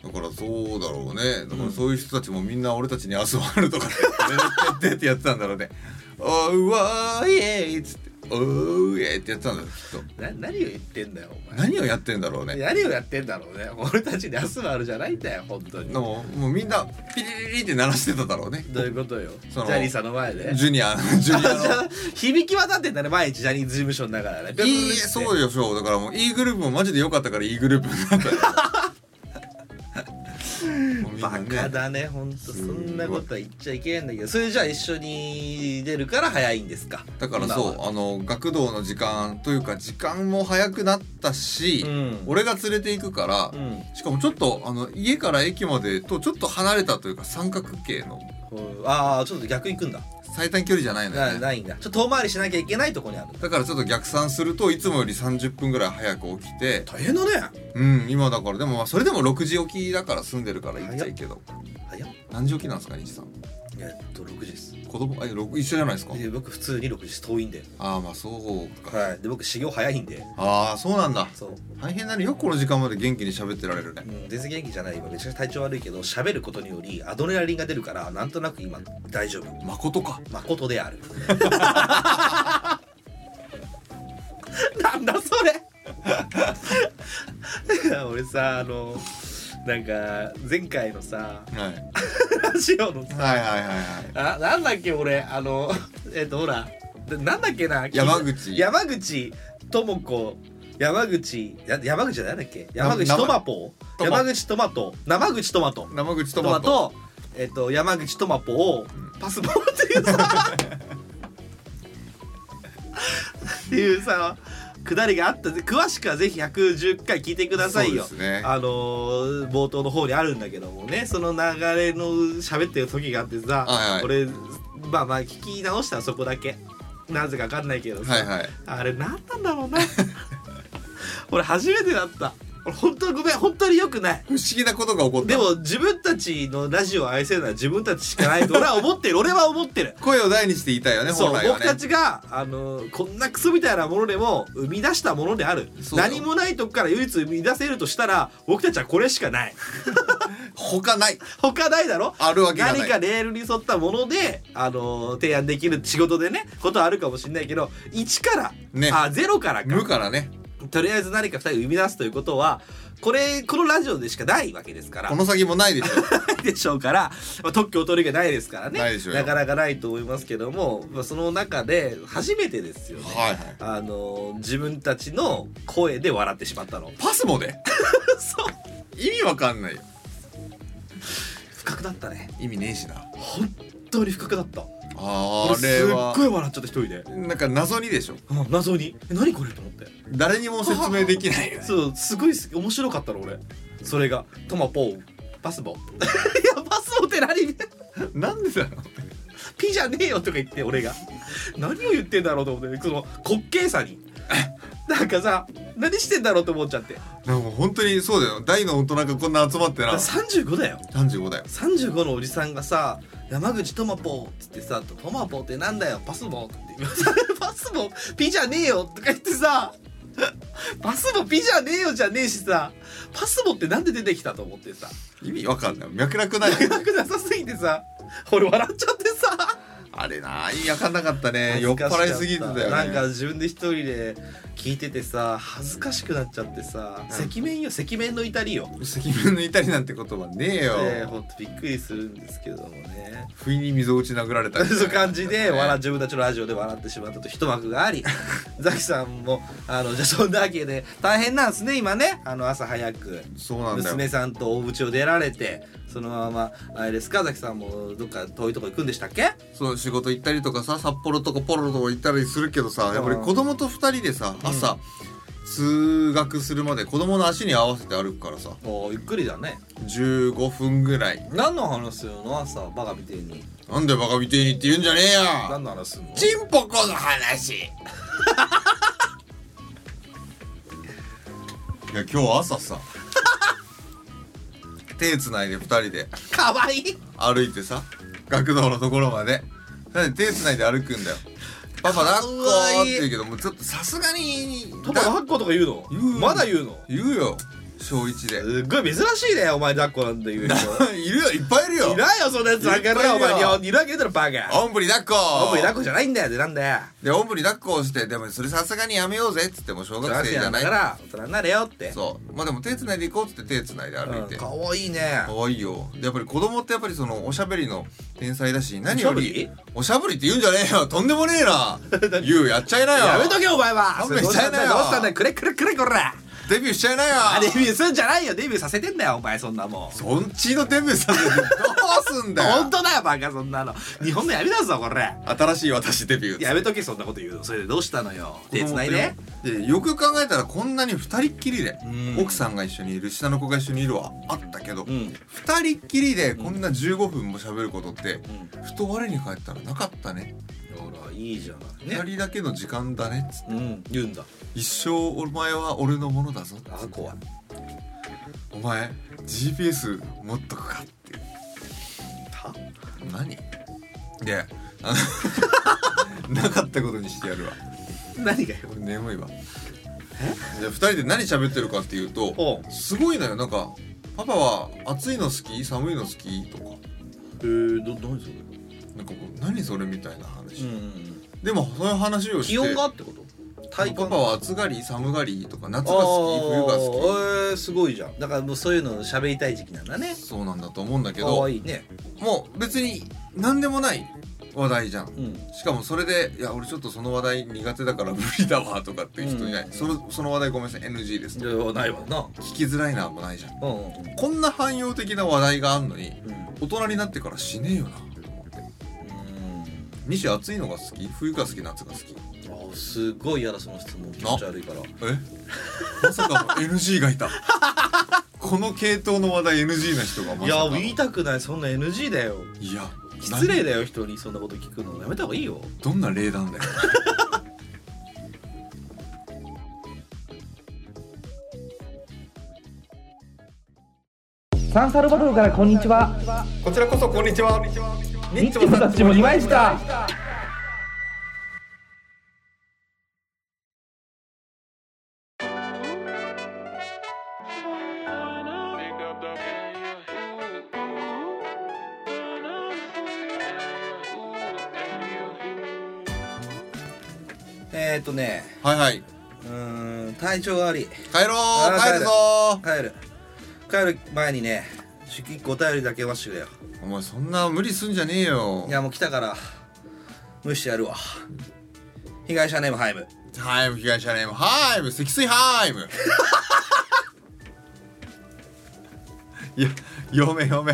Speaker 1: だからそうだろうねだからそういう人たちもみんな俺たちに遊ばれるとか ってってってやってたんだろうね「おうわーイエーイ!」っつって「おうえーイ!」ってやってたんだろうきっ
Speaker 2: な何を言ってんだよお
Speaker 1: と
Speaker 2: 前
Speaker 1: 何をやってんだろうね
Speaker 2: 何をやってんだろうね俺たちに明日もあるじゃないんだよ本当に
Speaker 1: でももうみんなピリリリって鳴らしてただろうね
Speaker 2: どういうことよジ
Speaker 1: その
Speaker 2: ャニーさんの前で
Speaker 1: ジュニア ジュニアの
Speaker 2: 響き渡ってんだね毎日ジャニーズ事務所の中でねピョンピョン
Speaker 1: い
Speaker 2: ピョン
Speaker 1: い
Speaker 2: って
Speaker 1: そうよそうだからもう E グループもマジで良かったから E グループにな ったよもうみんな
Speaker 2: バ
Speaker 1: ね
Speaker 2: カだねほんとそんなことは言っちゃいけないんだけどそれじゃあ一緒に出るから早いんですか
Speaker 1: だからそうあの学童の時間というか時間も早くなったし、
Speaker 2: うん
Speaker 1: 俺が連れて行くから、
Speaker 2: 今は
Speaker 1: しかもちょっとあの家から駅までとちょっと離れたというか三角形の
Speaker 2: うんこうああちょっと逆行くんだ
Speaker 1: 最短距離じゃないのよ
Speaker 2: な
Speaker 1: ね
Speaker 2: ないんだちょっと遠回りしなきゃいけないとこにある
Speaker 1: だからちょっと逆算するといつもより30分ぐらい早く起きて
Speaker 2: 大変だね
Speaker 1: うん今だからでもまあそれでも6時起きだから住んでるから行っちゃいいけど
Speaker 2: 早っ
Speaker 1: 何時起きなんですか西さん
Speaker 2: えっと6時です
Speaker 1: 子供あいやろく一緒じゃないですか
Speaker 2: で僕普通に6時遠いんで
Speaker 1: ああまあそうか
Speaker 2: はいで僕修行早いんで
Speaker 1: ああそうなんだ
Speaker 2: そう、
Speaker 1: 大変なのよこの時間まで元気に喋ってられるね
Speaker 2: うん、全然元気じゃない今めちゃくちゃ体調悪いけど喋ることによりアドレナリンが出るからなんとなく今大丈夫
Speaker 1: 誠か
Speaker 2: 誠である なんだそれいや 俺さあのなんか前回のさ
Speaker 1: はい
Speaker 2: ラジオのさ
Speaker 1: はいはいはいはい
Speaker 2: あなんだっけ俺あのえっとほらでなんだっけな
Speaker 1: 山口
Speaker 2: 山口智子山口や山口じゃないなんだっけ
Speaker 1: な
Speaker 2: 山口
Speaker 1: 生
Speaker 2: トマポ
Speaker 1: トマ
Speaker 2: 山口トマト生口トマト
Speaker 1: 生口ト
Speaker 2: ト
Speaker 1: マ
Speaker 2: マ
Speaker 1: ト
Speaker 2: トえっと山口トマポをパスポ ートっていうさっていうさくだりがあったぜ詳しくはぜひ110回聞いてくださいよ
Speaker 1: そうですね
Speaker 2: あのー冒頭の方にあるんだけどもねその流れの喋ってる時があってさ、
Speaker 1: はいはい
Speaker 2: 俺まあまあ聞き直したらそこだけなぜかわかんないけどさ、
Speaker 1: はいはい
Speaker 2: あれ何なんだろうな 俺初めてだった俺本当ごめん本当によくない
Speaker 1: 不思議なことが起こった
Speaker 2: でも自分たちのラジオを愛せるのは自分たちしかないと俺は思っ てる俺は思ってる
Speaker 1: 声を大にして言いたいよね
Speaker 2: そう
Speaker 1: 本来は
Speaker 2: 僕
Speaker 1: ね
Speaker 2: たちがあのこんなクソみたいなものでも生み出したものである
Speaker 1: そうよ
Speaker 2: 何もないとこから唯一生み出せるとしたら僕たちはこれしかない
Speaker 1: 他ない
Speaker 2: 他ないだろ
Speaker 1: あるわけがない
Speaker 2: 何かレールに沿ったもので、あの提案できる仕事でねことはあるかもしれないけど1から、
Speaker 1: ね
Speaker 2: あ0から
Speaker 1: 無
Speaker 2: か
Speaker 1: からね
Speaker 2: とりあえず何か2人を生み出すということはこれこのラジオでしかないわけですから
Speaker 1: この先もないでしょ
Speaker 2: ないでしょうから、まあ、特許を取る気ないですからね
Speaker 1: ないでしょうよ
Speaker 2: なかなかないと思いますけども、まあ、その中で初めてですよね、
Speaker 1: はいはい
Speaker 2: あの自分たちの声で笑ってしまったの
Speaker 1: パスもで
Speaker 2: そう
Speaker 1: 意味わかんないよ
Speaker 2: 深くなったね
Speaker 1: 意味ねえしな
Speaker 2: 本当に深くなった
Speaker 1: あ
Speaker 2: 俺
Speaker 1: れ
Speaker 2: すっ
Speaker 1: は
Speaker 2: ごい笑っちゃった一人で、
Speaker 1: なんか謎にでしょ
Speaker 2: うん謎に「え何これ?」と思って
Speaker 1: 誰にも説明できないよ ね
Speaker 2: そうすごいす面白かったの俺それが「トマポー パスボ」いやパスボって何
Speaker 1: なんでだろう
Speaker 2: ピじゃねえよとか言って俺が何を言ってんだろうと思ってその滑稽さになんかさ何してんだろうと思っちゃって
Speaker 1: なんか本当にそうだよ大の大人がこんな集まってな
Speaker 2: 35だよ
Speaker 1: 35だよ
Speaker 2: 35のおじさんがさ「山口トマポ」っつってさ「トマポってなんだよパスボ」って 「パスボピじゃねえよ」とか言ってさ パスボピじゃねえよじゃねえしさパスボってなんで出てきたと思ってさ
Speaker 1: 意味わかんない脈絡ない
Speaker 2: なくなさすぎてさ俺笑っちゃってさ
Speaker 1: あれな意味わかんなかったね酔っ払いすぎてたよね
Speaker 2: なんか自分で一人で聞いててさ恥ずかしくなっちゃってさ
Speaker 1: うん
Speaker 2: 赤面よ赤面の至りよ
Speaker 1: 責任の至りなんて言葉ねえよ、
Speaker 2: えー、ほんとびっくりするんですけどもね
Speaker 1: 不意に溝打ち殴られたみたいな
Speaker 2: そういう感じで笑っ自分たちのラジオで笑ってしまったと一幕が ありザキさんもあのじゃあそんなわけで大変なんですね今ねあの朝早く
Speaker 1: そうなんだよ
Speaker 2: 娘さんとお家を出られてそのままあれですかザキさんもどっか遠いとこ行くんでしたっけ
Speaker 1: そう仕事行ったりとかさ札幌とかポロロとか行ったりするけどさやっぱり子供と2人でさ朝、通学するまで子供の足に合わせて歩くからさ
Speaker 2: おーゆっくりだね
Speaker 1: 15分ぐらい
Speaker 2: 何の話するの朝バカみてえに
Speaker 1: なんでバカみてえにって言うんじゃねえよ
Speaker 2: 何の話するの
Speaker 1: チンポコの 話いや今日朝さ手つないで2人で
Speaker 2: かわいい
Speaker 1: 歩いてさ学童のところまでなんで手つないで歩くんだよパパ抱っこーって言うけどもうちょっとさすがに
Speaker 2: パパ抱っことか言うの
Speaker 1: 言う
Speaker 2: まだ言うの
Speaker 1: 言うよ小一です
Speaker 2: っごい珍しいねお前抱っこなん て言う人
Speaker 1: いるよいっぱいいるよ
Speaker 2: いないよそんなやつだか
Speaker 1: いっぱいいるよ
Speaker 2: らお前日本にいるわけだろバカ
Speaker 1: おんぶに抱っこ
Speaker 2: お前抱っこじゃないんだよってなんだよ
Speaker 1: でおんぶに抱っこをしてでもそれさすがにやめようぜっつってもう小学
Speaker 2: 学
Speaker 1: 生じ
Speaker 2: 生
Speaker 1: ゃ
Speaker 2: なん
Speaker 1: な
Speaker 2: だ
Speaker 1: い
Speaker 2: から大人になれよって
Speaker 1: そうまあでも手つないでいこうっつって手つないで歩いてか
Speaker 2: うんかわいいね
Speaker 1: わいいよでやっぱり子供ってやっぱりそのおしゃべりの天才だし何より
Speaker 2: おし
Speaker 1: おし
Speaker 2: ゃ
Speaker 1: ゃぶりって言うんじゃねえよとんでもねえ な言うやっちゃいなよ
Speaker 2: やめとけお前は
Speaker 1: 勘弁しちゃいなよ
Speaker 2: どうしたんだよくれくれくれこら
Speaker 1: デビューしちゃいなよ
Speaker 2: あデビューすんじゃないよデビューさせてんだよお前そんなもん
Speaker 1: そんちのデビューさせてどうすんだよ
Speaker 2: 本当だよバカそんなの日本のやめだぞこれ
Speaker 1: 新しい私デビュー
Speaker 2: やめとけそんなこと言うのそれでどうしたのよ手つないで
Speaker 1: でよく考えたらこんなに二人っきりで
Speaker 2: うん
Speaker 1: 奥さんが一緒にいる下の子が一緒にいるはあったけど、
Speaker 2: ん
Speaker 1: 二人っきりでこんな15分も喋ることって、ふと我に返ったらなかったね
Speaker 2: ほらいいじゃない
Speaker 1: 二、人だけの時間だねっつ
Speaker 2: うん言うんだ
Speaker 1: 一生お前は俺のものだぞ
Speaker 2: あ怖い
Speaker 1: お前 GPS 持っとくかって
Speaker 2: は
Speaker 1: 何であの なかったことにしてやるわ
Speaker 2: 何がよ
Speaker 1: 俺眠いわじゃあ2人で何喋ってるかっていう
Speaker 2: お
Speaker 1: と
Speaker 2: う
Speaker 1: すごいのよなんか「パパは暑いの好き寒いの好き?」とか
Speaker 2: えー、ど何それ
Speaker 1: なんかこう「何それ?」みたいな話、
Speaker 2: ん
Speaker 1: でもそういう話をして
Speaker 2: 気温がってこと体
Speaker 1: パ
Speaker 2: 感
Speaker 1: パは暑がり寒がりとか夏が好き冬が
Speaker 2: あ
Speaker 1: 好
Speaker 2: ーえー、すごいじゃんだからもうそういうの喋りたい時期なんだね
Speaker 1: きそうなんだと思うんだけ
Speaker 2: か
Speaker 1: ど
Speaker 2: わいいね
Speaker 1: もう別に何でもない話題じゃん
Speaker 2: うん
Speaker 1: しかもそれで「いや俺ちょっとその話題苦手だから無理だわ」とかっていう人いない、
Speaker 2: うん
Speaker 1: そのその話題ごめんなさい NG です
Speaker 2: ではないわな
Speaker 1: 聞きづらいなもないじゃん
Speaker 2: うんうん
Speaker 1: こんな汎用的な話題があんのに
Speaker 2: う
Speaker 1: 大
Speaker 2: ん
Speaker 1: 人になってから死ねえよなと思って西暑いのが好き冬が好き夏が好き
Speaker 2: あすごい嫌だその質問気持ち悪いから
Speaker 1: えまさか の NG がいたこの系統の話題 NG な人がま
Speaker 2: い
Speaker 1: さか
Speaker 2: や
Speaker 1: の
Speaker 2: 言いたくないそんな NG だよ
Speaker 1: いや
Speaker 2: 失礼
Speaker 1: な
Speaker 2: だよ人にそんなこと聞くのやめた方がいいよ
Speaker 1: どんな例談だよ
Speaker 4: サンサルバドルからこんにちは。
Speaker 1: こちらこそこんにちは
Speaker 4: ニッチもサッチもいました。
Speaker 2: えー、っとね
Speaker 1: はいはいう
Speaker 2: ーん体調が悪い
Speaker 1: 帰ろう
Speaker 2: あー
Speaker 1: 帰るぞ
Speaker 2: 帰る帰る前にねし一個お便りだけ読ましてくれよ
Speaker 1: お前そんな無理すんじゃねえよ
Speaker 2: いやもう来たから無視してやるわ被害者ネームハイム
Speaker 1: ハイム被害者ネームハイム積水ハ イムいや嫁嫁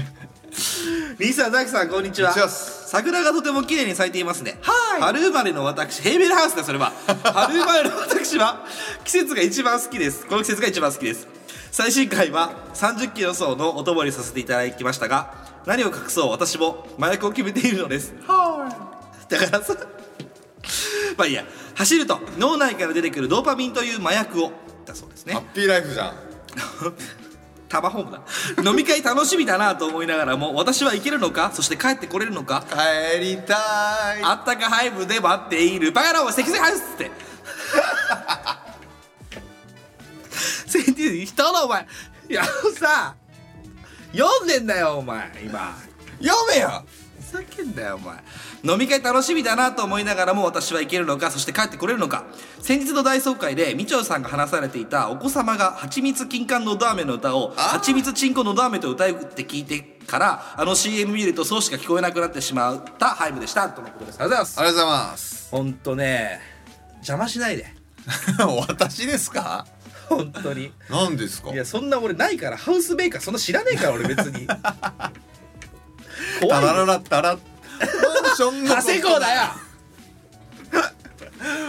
Speaker 2: リスさんザキさんこんにちは
Speaker 1: こんにちはっす
Speaker 2: 桜がとても綺麗に咲いていますねはい春生まれの私ヘーベルハウスだそれ は春生まれの私は季節が一番好きですこの季節が一番好きです最新回は30キロ走のお供にさせていただきましたが何を隠そう私も麻薬を決めているのですはいだからさまあいいや走ると脳内から出てくるドーパミンという麻薬をだそうですね
Speaker 1: ハッピーライフじゃん
Speaker 2: タバホームだ飲み会楽しみだなと思いながらも私は行けるのかそして帰ってこれるのか
Speaker 1: 帰りたい
Speaker 2: あったかハイブで待っているバカなお積水ハウスって先日人のお前いやあのさ読んでんだよお前今
Speaker 1: 読めよ
Speaker 2: ふざけんなよお前飲み会楽しみだなと思いながらも私は行けるのかそして帰ってこれるのか先日の大総会でみちおさんが話されていたお子様が「はちみつ金柑のど飴」の歌を「はちみつちんこのど飴」と歌うって聞いてからあの CM 見るとそうしか聞こえなくなってしまったハイムでしたとのことですありがとうございます
Speaker 1: ありがとうございます
Speaker 2: ほんとね邪魔しないで
Speaker 1: 私ですか
Speaker 2: 本当 に
Speaker 1: 何ですか
Speaker 2: いやそんな俺ないからハウスメーカーそんな知らねえから俺別 に怖
Speaker 1: タ
Speaker 2: いよ
Speaker 1: ラララタラマンショ ンの
Speaker 2: 長谷川だよ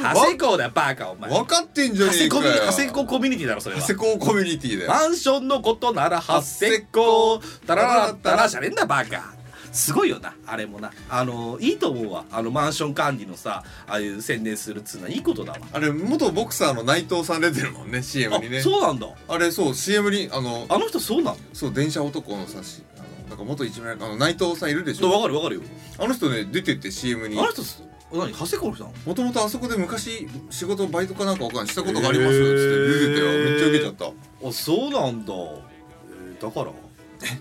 Speaker 2: 長谷川だよバカお前
Speaker 1: 分かってんじゃ
Speaker 2: 長
Speaker 1: ねえ
Speaker 2: 谷
Speaker 1: か
Speaker 2: コミュ
Speaker 1: よ
Speaker 2: ニ長谷川コミュニティだろそれは
Speaker 1: 長谷川コミュニティだよ
Speaker 2: マンションのことなら長谷川タラララタラじゃねえんだバカすごいよなあれもなあのいいと思うわあのマンション管理のさああいう宣伝するっつうのはいいことだわ、
Speaker 1: あれ元ボクサーの内藤さん出てるもんね CM にね
Speaker 2: あそうなんだ
Speaker 1: あれそう CM にあの
Speaker 2: あの人そうなの
Speaker 1: そう電車男のさしあのなんか元一面あの内藤さんいるでしょ
Speaker 2: わかるわかるよ
Speaker 1: あの人ね出てって CM に
Speaker 2: あの人す何長谷川の人なの
Speaker 1: もともとあそこで昔仕事バイトかなんかわかんないしたことがありますっつって出てたよ
Speaker 2: へー
Speaker 1: めっちゃ受けちゃった
Speaker 2: あそうなんだ、えーだから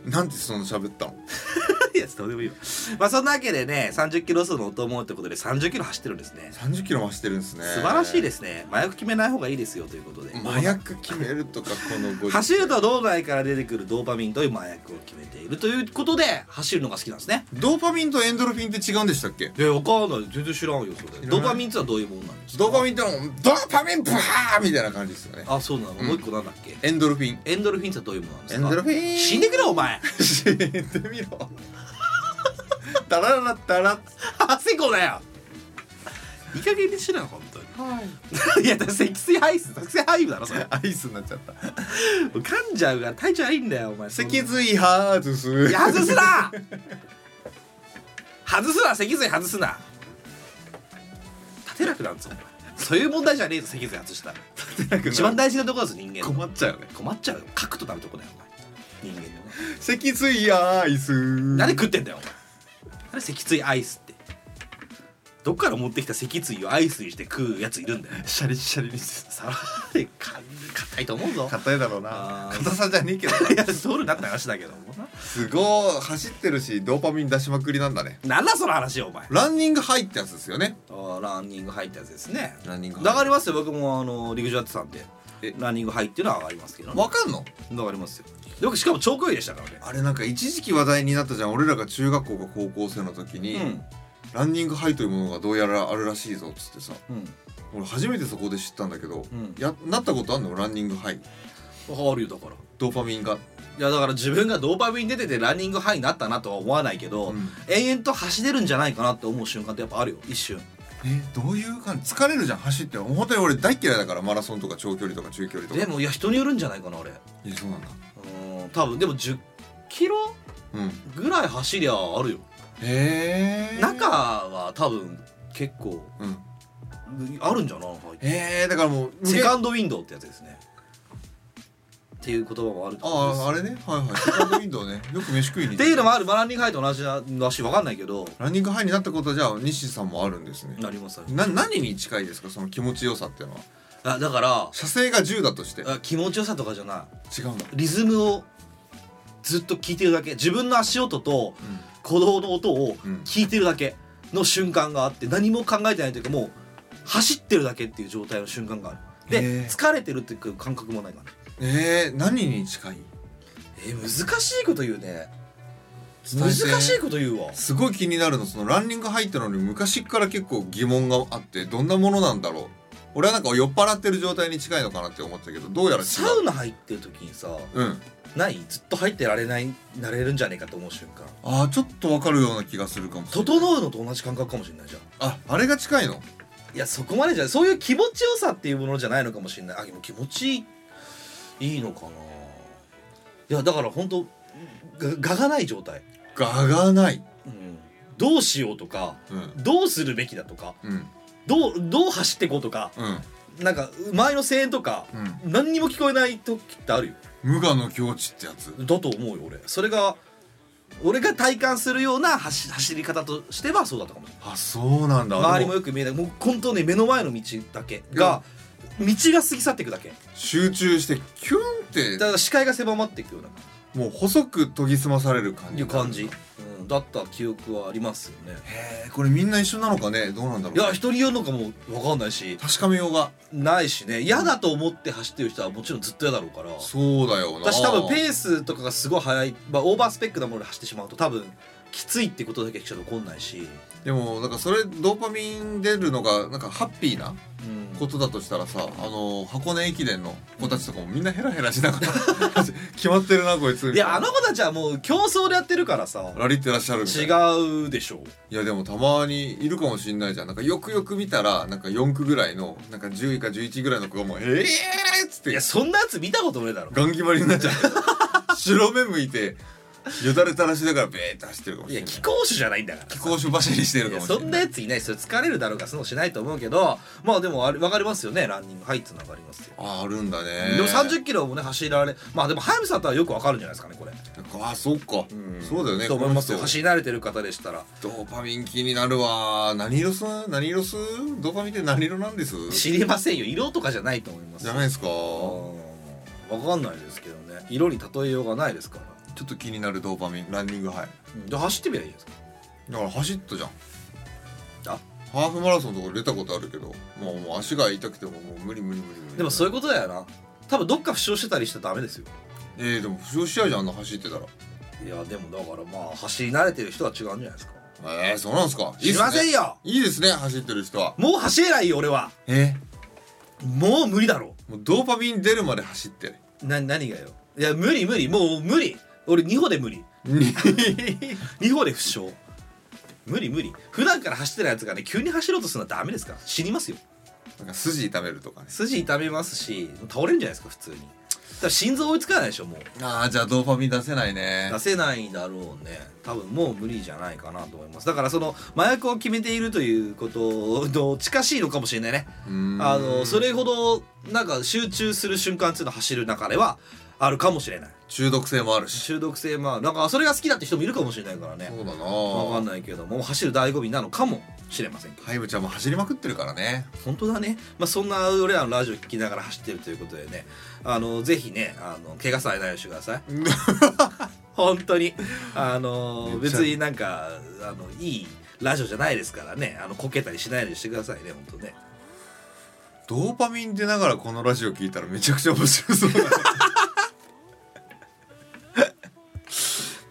Speaker 1: なんでそんな喋ったの
Speaker 2: いやどうでもいいわまあそんなわけでね30キロ走のお供ってことで30キロ走ってるんですね
Speaker 1: 30キロ増してるんですね
Speaker 2: 素晴らしいですすね麻薬決めない方がいいですよということで
Speaker 1: 麻薬決めるとかこのご時世
Speaker 2: 走ると脳内から出てくるドーパミンという麻薬を決めているということで走るのが好きなんですね
Speaker 1: ドーパミンとエンドルフィンって違うんでしたっけ
Speaker 2: いやわかんない全然知らんよそれ
Speaker 1: い
Speaker 2: ドーパミンってのはどういうものなんですか
Speaker 1: ドーパミンってのはドーパミンブワーみたいな感じですよね
Speaker 2: あそうなの、
Speaker 1: ん
Speaker 2: もう一個なんだっけ
Speaker 1: エンドルフィン
Speaker 2: エンドルフィンってのはどういうものなんです
Speaker 1: エ
Speaker 2: か
Speaker 1: ンドルフィン
Speaker 2: 死んでくれお前
Speaker 1: 死んでみろダラララダラ
Speaker 2: あセコだよいい加減にしろよ本当に いやだから積水ハイス積水ハイブだろ それ
Speaker 1: アイスになっちゃった
Speaker 2: 噛んじゃうから体調悪いんだよお前
Speaker 1: 脊髄ハーズス
Speaker 2: いや外すな外すな脊髄外すな立てなくなるぞお前そういう問題じゃねえぞ脊髄外したら一番大事なところだぞ人間の
Speaker 1: 困っちゃうよね
Speaker 2: 困っちゃうよ書くとダメとこだよお前人間のね
Speaker 1: 脊髄アイス
Speaker 2: 何食ってんだよお前何脊椎アイスってどっから持ってきた脊椎をアイスにして食うやついるんだよ
Speaker 1: シャリシャリにする
Speaker 2: さらにか硬いと思うぞ
Speaker 1: 硬いだろうな
Speaker 2: あー
Speaker 1: 硬さじゃねえけど
Speaker 2: いやソウルなって話だけどもな
Speaker 1: すごい走ってるしドーパミン出しまくりなんだね
Speaker 2: なんだその話よお前
Speaker 1: ランニングハイってやつですよね
Speaker 2: あーランニング入ったやつですね
Speaker 1: ランニングハイ
Speaker 2: 上がりますよ僕もあの陸上やってたんで
Speaker 1: え
Speaker 2: ランニング入っていうのは上がりますけどね
Speaker 1: わかんの
Speaker 2: 上がりますよよくしかも長距離でしたからね
Speaker 1: あれなんか一時期話題になったじゃん俺らが中学校か高校生の時に、ランニングハイというものがどうやらあるらしいぞっつってさ
Speaker 2: うんうん
Speaker 1: 俺初めてそこで知ったんだけど、
Speaker 2: うん
Speaker 1: やなったことあんのランニングハイ
Speaker 2: あるよだから
Speaker 1: ドーパミンが
Speaker 2: いやだから自分がドーパミン出ててランニングハイになったなとは思わないけど、
Speaker 1: うん
Speaker 2: 延々と走れるんじゃないかなって思う瞬間ってやっぱあるよ一瞬
Speaker 1: ええどういう感じ疲れるじゃん走って本当に俺大嫌いだからマラソンとか長距離とか中距離とか
Speaker 2: でもいや人によるんじゃないかな俺
Speaker 1: いやそうなんだ
Speaker 2: うん多分でも10キロ
Speaker 1: うん
Speaker 2: ぐらい走りゃあるよ
Speaker 1: へえ
Speaker 2: 中は多分結構
Speaker 1: うん
Speaker 2: あるんじゃない入って
Speaker 1: へえだからもう
Speaker 2: セカンドウィンドウってやつですねっていう言葉もあるってことです
Speaker 1: あああれねはいはいセカンドウィンドウねよく飯食いに行
Speaker 2: っていうのもあるまあランニングハイと同じだし分かんないけど
Speaker 1: ランニングハイになったことはじゃあ西さんもあるんですね
Speaker 2: なりますよ
Speaker 1: な何に近いですかその気持ちよさっていうのは
Speaker 2: あだから
Speaker 1: 射精が10だとして違う
Speaker 2: あ気持ちよさとかじゃない
Speaker 1: の、うん、
Speaker 2: リズムをずっと聞いてるだけ自分の足音と鼓動の音を
Speaker 1: うん
Speaker 2: 聞いてるだけの瞬間があって何も考えてないというかもう走ってるだけっていう状態の瞬間がある
Speaker 1: へ
Speaker 2: で
Speaker 1: ー
Speaker 2: 疲れてるっていう感覚もないから
Speaker 1: えー、何に近い
Speaker 2: えー難しいこと言うね
Speaker 1: 伝
Speaker 2: 難
Speaker 1: え
Speaker 2: していこと言うわ
Speaker 1: すごい気になるのそのランニング入ったのに昔っから結構疑問があってどんなものなんだろう俺はなんか酔っ払ってる状態に近いのかなって思ってたけどどうやら違う
Speaker 2: サウナ入ってる時にさ
Speaker 1: うん
Speaker 2: ないずっと入ってられないなれるんじゃねえかと思う瞬間
Speaker 1: ああちょっとわかるような気がするかもしれない
Speaker 2: 整うのと同じ感覚かもしれないじゃん
Speaker 1: ああれが近いの
Speaker 2: いやそこまでじゃないそういう気持ちよさっていうものじゃないのかもしれないあでも気持ちいいいいのかないやだから本当がががない状態、
Speaker 1: ががない
Speaker 2: うん、どうしようとか
Speaker 1: うん
Speaker 2: どうするべきだとか
Speaker 1: うん
Speaker 2: どうどう走ってこうとか
Speaker 1: うん
Speaker 2: なんか前の声援とか
Speaker 1: うん
Speaker 2: 何にも聞こえない時ってあるよ
Speaker 1: 無我の境地ってやつ
Speaker 2: だと思うよ俺それが俺が体感するような走走り方としてはそうだったかもしれ
Speaker 1: あそうなんだ
Speaker 2: ない
Speaker 1: で
Speaker 2: 周りもよく見えないもう本当に目の前の道だけが道が過ぎ去っていくだけ
Speaker 1: 集中してキュンって
Speaker 2: だから視界が狭まっていくような
Speaker 1: もう細く研ぎ澄まされる感じ
Speaker 2: いう感じ、うん、だった記憶はありますよね
Speaker 1: へえこれみんな一緒なのかねどうなんだろう
Speaker 2: いや人によるのかも分かんないし
Speaker 1: 確かめようが
Speaker 2: ないしね嫌だと思って走ってる人はもちろんずっと嫌だろうから
Speaker 1: そうだよな
Speaker 2: 私多分ペースとかがすごい速い、まあ、オーバースペックなもので走ってしまうと多分きついってことだけしか残んないし、
Speaker 1: でもなんかそれドーパミン出るのがなんかハッピーな
Speaker 2: うん
Speaker 1: ことだとしたらさあの箱根駅伝の子たちとかもみんなヘラヘラしながら 決まってるなこいつみ
Speaker 2: い
Speaker 1: たな
Speaker 2: やあの子たちはもう競争でやってるからさ
Speaker 1: ラリってらっしゃるみたいな
Speaker 2: 違うでしょ
Speaker 1: いやでもたまにいるかもしんないじゃんなんかよくよく見たらなんか4区ぐらいのなんか10位か11位ぐらいの子がもう「ええー!」っつっ
Speaker 2: い
Speaker 1: て
Speaker 2: やそんなやつ見たことねえだろ
Speaker 1: ガン決まりになっちゃう白目向いてよだれ垂らしながらベーって走ってるかもし
Speaker 2: い
Speaker 1: れ
Speaker 2: や
Speaker 1: ない
Speaker 2: 貴公子じゃないんだから
Speaker 1: 気候書走りしてる
Speaker 2: い
Speaker 1: か
Speaker 2: や
Speaker 1: もしれ
Speaker 2: そ
Speaker 1: ない
Speaker 2: んなやついないそれ疲れるだろうからそのしないと思うけどまあでもあれ分かりますよねランニングハイっていうのは分かりますよ
Speaker 1: ああるんだね
Speaker 2: でも30キロもね走られまあでも速水さんとはよく分かるんじゃないですかねこれ
Speaker 1: ああそっか、そうだよね
Speaker 2: と思いますよ
Speaker 1: この人
Speaker 2: 走り慣れてる方でしたら
Speaker 1: ドーパミン気になるわ何色す何色すドーパミンって何色なんです
Speaker 2: 知りませんよ色とかじゃないと思います
Speaker 1: じゃないですかちょ
Speaker 2: 分かんないですけどね色に例えようがないですから
Speaker 1: っと気になるドーパミンランニングハイ
Speaker 2: うんで走ってみりゃいいですか
Speaker 1: だから走ったじゃん
Speaker 2: あ
Speaker 1: ハーフマラソンとか出たことあるけどもうもう足が痛くてももう無理無理無理無理
Speaker 2: でもそういうことだよな多分どっか負傷してたりしたらダメですよ
Speaker 1: えー、でも負傷しちゃうじゃんあんな走ってたら
Speaker 2: いやでもだからまあ走り慣れてる人は違うんじゃないですか
Speaker 1: えー、そうなんすか
Speaker 2: 知りません
Speaker 1: よ
Speaker 2: よ
Speaker 1: いいですね走ってる人は
Speaker 2: もう走れないよ俺は
Speaker 1: え
Speaker 2: もう無理だろ
Speaker 1: もうドーパミン出るまで走って
Speaker 2: な何がよいや無理無理もう無理俺2歩で 無理2歩で負傷無理無理普段から走ってないやつがね急に走ろうとするのはダメですから死にますよ
Speaker 1: なんか筋痛めるとかね
Speaker 2: 筋痛めますし倒れるんじゃないですか普通にだから心臓追いつかないでしょもう
Speaker 1: ああじゃあドーパミン出せないね
Speaker 2: 出せないだろうね多分もう無理じゃないかなと思いますだからその麻薬を決めているということと近しいのかもしれないね
Speaker 1: うーん
Speaker 2: あのそれほどなんか集中する瞬間っていうのは走る中ではあるかもしれない
Speaker 1: 中毒性もあるし
Speaker 2: 中毒性まあなんかそれが好きだって人もいるかもしれないからね
Speaker 1: そうだな
Speaker 2: わかん
Speaker 1: ぁ
Speaker 2: ないけども走る醍醐味なのかもしれませんけど
Speaker 1: ハイブちゃんも走りまくってるからね
Speaker 2: 本当だね、まあ、そんな俺らのラジオ聞きながら走ってるということでねあのぜひねあの怪我されないようにしてく ださい本当にあの
Speaker 1: めっちゃ
Speaker 2: 別になんかあのいいラジオじゃないですからねあのこけたりしないようにしてくださいね本当ね
Speaker 1: ドーパミン出ながらこのラジオ聞いたらめちゃくちゃ面白そう だね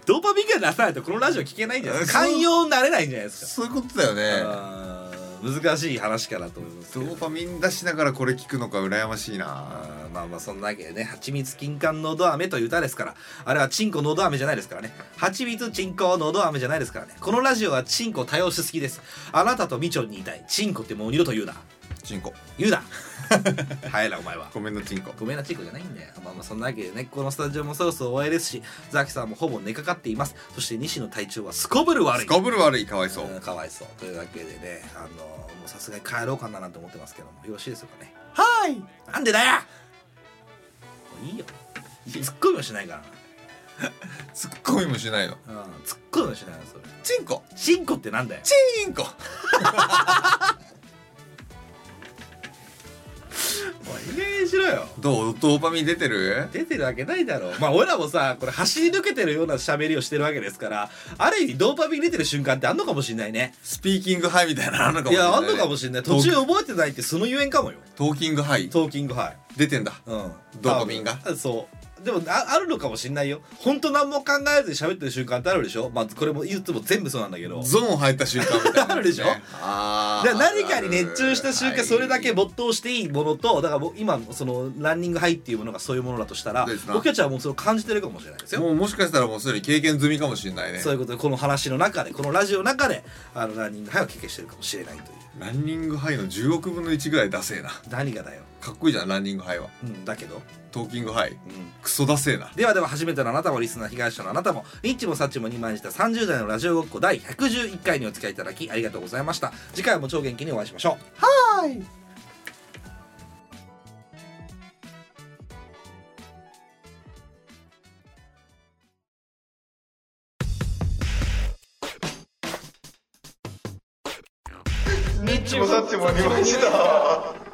Speaker 2: ドーパミンが出さないとこのラジオ聞けないんじゃないですか
Speaker 1: そう
Speaker 2: 寛容になれないんじゃないですか
Speaker 1: そういうことだよね
Speaker 2: あ難しい話かなと思いますけ
Speaker 1: ド
Speaker 2: ど
Speaker 1: ーパミン出しながらこれ聞くのか羨ましいな
Speaker 2: あーまあまあそんなわけでね「蜂蜜金柑のど飴」という歌ですからあれはチンコのど飴じゃないですからね蜂蜜チンコのど飴じゃないですからねこのラジオはチンコ多様しすぎですあなたとみちょにいたいチンコってもう二度と言うな
Speaker 1: チンコ
Speaker 2: 言うな早いなお前は
Speaker 1: ごめんのチンコ
Speaker 2: ごめんなチンコじゃないんだよまあまあそんなわけでねこのスタジオもそろそろ終わりですしザキさんもほぼ寝かかっていますそして西の体調はすこぶる悪
Speaker 1: す
Speaker 2: い
Speaker 1: こぶる悪いかわいそう
Speaker 2: うんかわいそうというわけでねあのもうさすがに帰ろうかななんて思ってますけどもよろしいですかね
Speaker 1: はい
Speaker 2: なんでだよもういいよツッコミもしないか
Speaker 1: ツッコミもしないの
Speaker 2: らな、うん、ツッコミもしないのそれ
Speaker 1: チンコ
Speaker 2: チンコってなんだよ
Speaker 1: チンコ
Speaker 2: おいいい加減しろよ
Speaker 1: どうドーパミン出てる
Speaker 2: 出てるわけないだろうまあ俺らもさこれ走り抜けてるような喋りをしてるわけですからある意味ドーパミン出てる瞬間ってあんのかもしんないね
Speaker 1: スピーキングハイみたいなのあんのか
Speaker 2: い
Speaker 1: もしれない
Speaker 2: やあ
Speaker 1: ね、
Speaker 2: んのかもしんない途中覚えてないってそのゆえんかもよ
Speaker 1: トーキングハイ
Speaker 2: トーキングハイ
Speaker 1: 出てんだ
Speaker 2: うん
Speaker 1: ドーパミンが
Speaker 2: 多分そうでもああるのかもしんないよほんと何も考えずに喋ってる瞬間ってあるでしょまあこれもいつも全部そうなんだけど
Speaker 1: ゾーン入った瞬間みたいな、
Speaker 2: あるでしょ
Speaker 1: あ
Speaker 2: だ
Speaker 1: ー
Speaker 2: から何かに熱中した瞬
Speaker 1: あるあ
Speaker 2: 間
Speaker 1: る
Speaker 2: それだけ没頭していいものとだから僕今そのランニングハイっていうものがそういうものだとしたら
Speaker 1: ですな
Speaker 2: 僕たちはもうそれを感じてるかもしれないですよ。
Speaker 1: もうもしかしたらもうすでに経験済みかもしれないね
Speaker 2: そういうことでこの話の中でこのラジオの中であのランニングハイを経験してるかもしれないという
Speaker 1: ランニングハイの10億分の1ぐらいダセえな
Speaker 2: 何がだよ、
Speaker 1: かっこいいじゃんランニングハイは
Speaker 2: うん、だけど、
Speaker 1: トーキングハイ
Speaker 2: うん、
Speaker 1: クソダセえな
Speaker 2: ではでは初めてのあなたもリスナー被害者のあなたもニッチもサッチも2枚にした30代のラジオごっこ第111回にお付き合いいただきありがとうございました次回も超元気にお会いしましょう
Speaker 5: ニッチもサッチもありました。